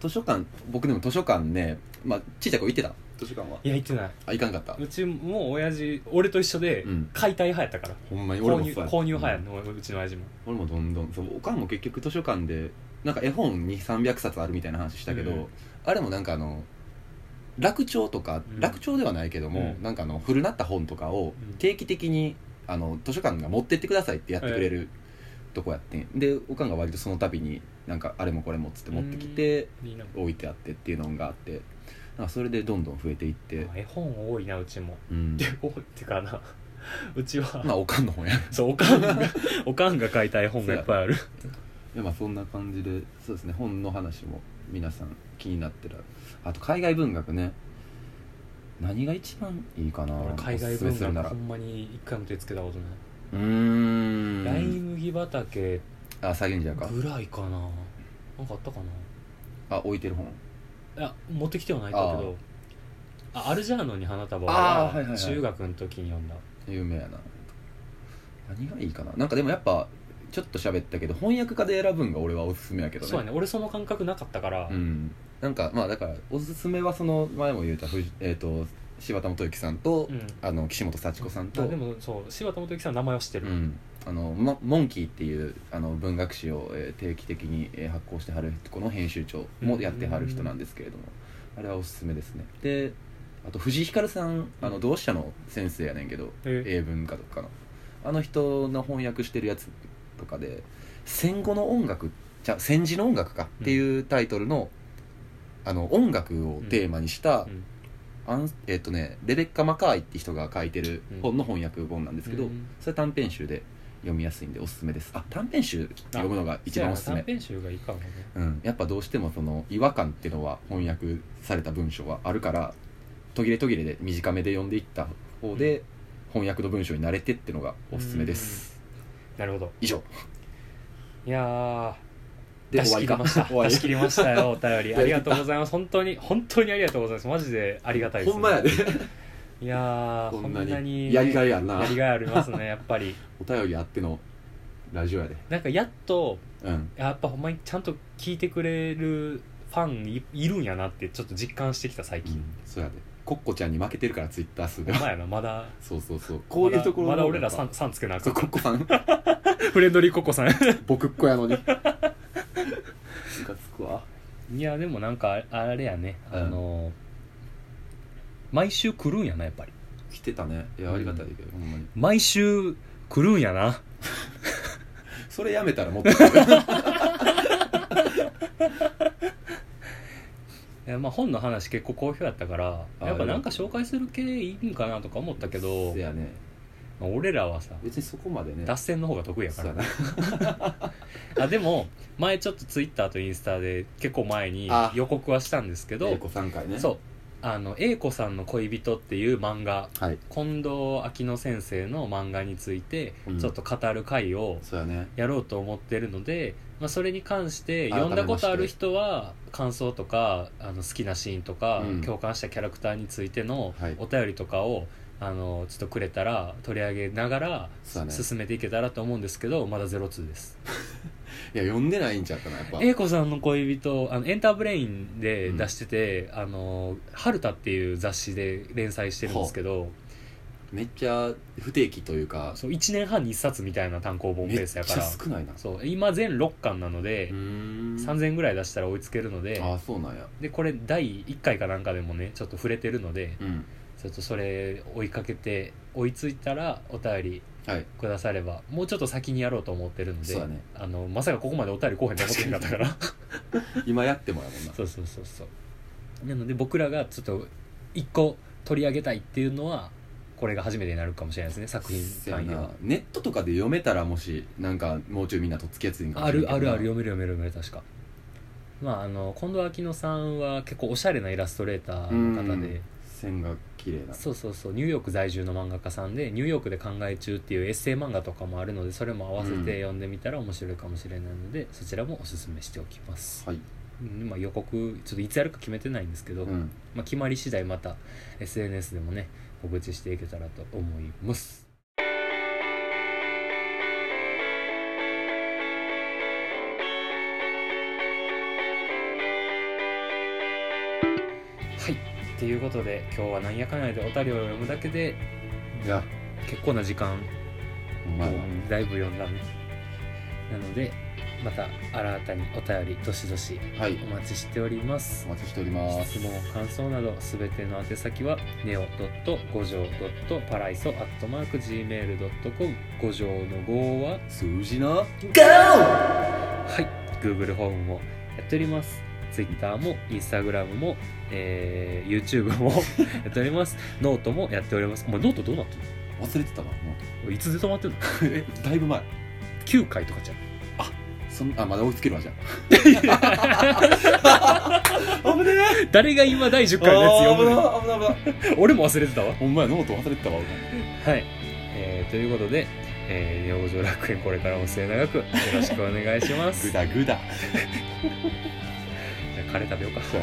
[SPEAKER 2] 図書館僕でも図書館ね、まあ、ちっちゃい子行ってた図書館はい
[SPEAKER 1] や言ってない
[SPEAKER 2] あ行かんかった
[SPEAKER 1] うちも親父俺と一緒で
[SPEAKER 2] うん
[SPEAKER 1] 解体派やったから、
[SPEAKER 2] ほんまに俺
[SPEAKER 1] 購
[SPEAKER 2] も
[SPEAKER 1] 入
[SPEAKER 2] そうや
[SPEAKER 1] 購入派やん、うちの親父も
[SPEAKER 2] 俺もどんどんそうおかんも結局図書館でなんか絵本2300冊あるみたいな話したけど、
[SPEAKER 1] うん
[SPEAKER 2] あれもなんかあの楽帳とか、
[SPEAKER 1] うん
[SPEAKER 2] 楽帳ではないけども、
[SPEAKER 1] うん
[SPEAKER 2] なんかあの古なった本とかを
[SPEAKER 1] うん
[SPEAKER 2] 定期的にあの図書館が持ってってくださいってやってくれる、とこやってんでおかんが割とその度になんかあれもこれもっつって持ってきて
[SPEAKER 1] いいな
[SPEAKER 2] 置いてあってっていうのがあってなんかそれでどんどん増えていって、
[SPEAKER 1] 絵本多いなうちも
[SPEAKER 2] うん、
[SPEAKER 1] 多いってかな うちは、
[SPEAKER 2] まあおかんの本や
[SPEAKER 1] そうおかんが おかんが書いた絵本がいっぱいある
[SPEAKER 2] いやまあそんな感じでそうですね本の話も皆さん気になってるあと海外文学ね何が一番いいかな
[SPEAKER 1] 俺海外
[SPEAKER 2] おすすめ
[SPEAKER 1] 文
[SPEAKER 2] するな
[SPEAKER 1] 学
[SPEAKER 2] ら
[SPEAKER 1] ほんまに一回も手つけたことな
[SPEAKER 2] うーん
[SPEAKER 1] い、ライ麦畑
[SPEAKER 2] あ再現じゃか
[SPEAKER 1] ぐらいかななんかあったか
[SPEAKER 2] あ置いてる本
[SPEAKER 1] ないや持ってきてはないんだけどあアルジャーノンに花束
[SPEAKER 2] あーはいはいは
[SPEAKER 1] はい中学の時に読んだ
[SPEAKER 2] 有名やな何がいいかななんかでもやっぱちょっと喋ったけど翻訳家で選ぶんが俺はおすすめやけどね
[SPEAKER 1] そうやね俺その感覚なかったから、
[SPEAKER 2] うん、なんかまあだからおすすめはその前も言うた、藤えー、と柴田元幸さんと、
[SPEAKER 1] うん
[SPEAKER 2] あの岸本幸子さんと
[SPEAKER 1] あでもそう柴田元幸さんの名前を知って
[SPEAKER 2] う
[SPEAKER 1] る、
[SPEAKER 2] ん、あのモモンキーっていうあの文学誌を、えー定期的に、えー発行してはるこの編集長もやってはる人なんですけれども、あれはおすすめですねであと藤井ひかるさんあの同志社の先生やねんけど、
[SPEAKER 1] え
[SPEAKER 2] 英文かどっかのあの人の翻訳してるやつとかで戦後の音楽じゃ戦時の音楽かっていうタイトルの,、あの音楽をテーマにした、
[SPEAKER 1] うん
[SPEAKER 2] あんえっ、とねレベッカ・マカーイって人が書いてる本の翻訳本なんですけど、
[SPEAKER 1] うん
[SPEAKER 2] それ短編集で読みやすいんでおすすめですあ短編集読むのが一番おすす
[SPEAKER 1] じゃあ
[SPEAKER 2] め
[SPEAKER 1] 短編集がいいかもね
[SPEAKER 2] うん、やっぱどうしてもその違和感っていうのは翻訳された文章はあるから途切れ途切れで短めで読んでいった方で、翻訳の文章に慣れてってのがおすすめです、
[SPEAKER 1] なるほど
[SPEAKER 2] 以上
[SPEAKER 1] いやー
[SPEAKER 2] で
[SPEAKER 1] 出し切りました
[SPEAKER 2] 終わ
[SPEAKER 1] 出
[SPEAKER 2] り
[SPEAKER 1] し
[SPEAKER 2] か
[SPEAKER 1] 切りました よお便り
[SPEAKER 2] た
[SPEAKER 1] ありがとうございます本当に本当にありがとうございますマジでありがたいです、
[SPEAKER 2] ほんまやで
[SPEAKER 1] いやー
[SPEAKER 2] こ
[SPEAKER 1] こ
[SPEAKER 2] ん
[SPEAKER 1] ん
[SPEAKER 2] な
[SPEAKER 1] な
[SPEAKER 2] に
[SPEAKER 1] に
[SPEAKER 2] やりが
[SPEAKER 1] い
[SPEAKER 2] いあるな
[SPEAKER 1] やりがいありますねやっぱり
[SPEAKER 2] お便りあってのラジオやで
[SPEAKER 1] なんかやっと
[SPEAKER 2] うん
[SPEAKER 1] やっぱほんまにちゃんと聞いてくれるファンいいるんやなってちょっと実感してきた最
[SPEAKER 2] うん
[SPEAKER 1] 近、
[SPEAKER 2] そうやでコッコちゃんに負けてるからツイッター数で
[SPEAKER 1] ほん
[SPEAKER 2] は
[SPEAKER 1] まやなまだ
[SPEAKER 2] そうそうそうこういうところ
[SPEAKER 1] まだまだ俺ら
[SPEAKER 2] やっぱ
[SPEAKER 1] さんさんつけなあか
[SPEAKER 2] そうんコッコさん
[SPEAKER 1] フレンドリーココさん
[SPEAKER 2] 僕っ子やのにムカつくわ
[SPEAKER 1] いやでもなんかああれやね
[SPEAKER 2] うん
[SPEAKER 1] あの、毎週来るんやなやっぱり
[SPEAKER 2] 来てたねいやありがたいけど、ほんまに
[SPEAKER 1] 毎週来るんやな
[SPEAKER 2] それやめたらもっとう
[SPEAKER 1] いやまあ本の話結構好評やったから
[SPEAKER 2] あ
[SPEAKER 1] やっぱなんか紹介する系いいんかなとか思ったけ ど
[SPEAKER 2] やね
[SPEAKER 1] まあ俺らはさ
[SPEAKER 2] 別にそこまでね
[SPEAKER 1] 脱線の方が得意やか
[SPEAKER 2] そうや
[SPEAKER 1] ら
[SPEAKER 2] な
[SPEAKER 1] あでも前ちょっとツイッターとインスタで結構前に
[SPEAKER 2] あ
[SPEAKER 1] 予告はしたんですけど
[SPEAKER 2] 英子3回ね
[SPEAKER 1] そうあの英子さんの恋人っていう漫画
[SPEAKER 2] はい
[SPEAKER 1] 近藤秋乃先生の漫画について
[SPEAKER 2] うん
[SPEAKER 1] ちょっと語る回を
[SPEAKER 2] そうやね
[SPEAKER 1] やろうと思ってるので、まあ、それに関して
[SPEAKER 2] 改めま
[SPEAKER 1] 読
[SPEAKER 2] して
[SPEAKER 1] んだことある人は感想とかあの好きなシーンとか、
[SPEAKER 2] うん
[SPEAKER 1] 共感したキャラクターについての
[SPEAKER 2] はい
[SPEAKER 1] お便りとかをあのちょっとくれたら取り上げながら
[SPEAKER 2] そうやね
[SPEAKER 1] 進めていけたらと思うんですけど、まだゼロツーです
[SPEAKER 2] いや読んでないんちゃうかなやっぱ
[SPEAKER 1] 英子さんの恋人あのエンターブレインで出してて「あの春田」っていう雑誌で連載してるんですけど
[SPEAKER 2] めっちゃ不定期というか
[SPEAKER 1] そう1年半に1冊みたいな単行本
[SPEAKER 2] め
[SPEAKER 1] ペ
[SPEAKER 2] っ
[SPEAKER 1] ー
[SPEAKER 2] ち
[SPEAKER 1] ス
[SPEAKER 2] ゃ
[SPEAKER 1] やから
[SPEAKER 2] 少ないな
[SPEAKER 1] そう今全6巻なので、
[SPEAKER 2] うーん
[SPEAKER 1] 3000円ぐらい出したら追いつけるので
[SPEAKER 2] ああそうなんや
[SPEAKER 1] でこれ第1回かなんかでもねちょっと触れてるので
[SPEAKER 2] うん
[SPEAKER 1] ちょっとそれ追いかけて追いついたらお便り
[SPEAKER 2] はい
[SPEAKER 1] くださればもうちょっと先にやろうと思ってるので
[SPEAKER 2] そうやね
[SPEAKER 1] あのまさかここまでお便り来へんと思ってなかったから
[SPEAKER 2] 今やってもやもん な
[SPEAKER 1] そうそうそうそうなので僕らがちょっと1個取り上げたいっていうのはこれが初めてになるかもしれないですね作品
[SPEAKER 2] そうや
[SPEAKER 1] 単位で
[SPEAKER 2] な
[SPEAKER 1] は
[SPEAKER 2] ネットとかで読めたらもしなんかもうちょいみんなとっつきやついんかも
[SPEAKER 1] あ
[SPEAKER 2] しれんけ
[SPEAKER 1] る
[SPEAKER 2] どな
[SPEAKER 1] あるある読める読める読める確かまああの近藤秋乃さんは結構おしゃれなイラストレーターの方
[SPEAKER 2] う
[SPEAKER 1] で
[SPEAKER 2] ん線が綺麗な
[SPEAKER 1] そうそうそうニューヨーク在住の漫画家さんで「ニューヨークで考え中」っていうエッセイ漫画とかもあるのでそれも合わせ
[SPEAKER 2] うん
[SPEAKER 1] て読んでみたら面白いかもしれないので、そちらもおすすめしておきます、
[SPEAKER 2] はい
[SPEAKER 1] うんまあ、予告ちょっといつやるか決めてないんですけど、
[SPEAKER 2] うん
[SPEAKER 1] まあ、決まり次第また SNS でもね告知していけたらと思いますはいっていうことで今日はなんやかんやでお便りを読むだけで
[SPEAKER 2] いや
[SPEAKER 1] 結構な時間
[SPEAKER 2] お前は
[SPEAKER 1] だいぶ読んだねなのでまた新たにお便りどしどし
[SPEAKER 2] はい
[SPEAKER 1] お待ちしております
[SPEAKER 2] お待ちしております
[SPEAKER 1] 質問感想などすべての宛先は neo.5 条 .paraiso.gmail.com 5条の5は
[SPEAKER 2] 数字な
[SPEAKER 1] はい Google ホームもやっております Twitter も Instagram も、えー YouTube もやっております ノートもやっておりますお前ノートどうなってる
[SPEAKER 2] 忘れてたわもう
[SPEAKER 1] のいつで止まってるの
[SPEAKER 2] えだいぶ前
[SPEAKER 1] 9回とかじゃん
[SPEAKER 2] そんあまだ追いつけるわじゃあ 危ね え
[SPEAKER 1] 誰が今第10回のやつ読むの
[SPEAKER 2] あー危ない危ない危ない
[SPEAKER 1] 俺も忘れてたわ
[SPEAKER 2] ほんまやノート忘れてたわ俺
[SPEAKER 1] はい、えーということで「えー、ネオ五条楽園」これからも末永くよろしくお願いします
[SPEAKER 2] グ
[SPEAKER 1] じゃ
[SPEAKER 2] ダグダ
[SPEAKER 1] あカレー食べようか
[SPEAKER 2] そう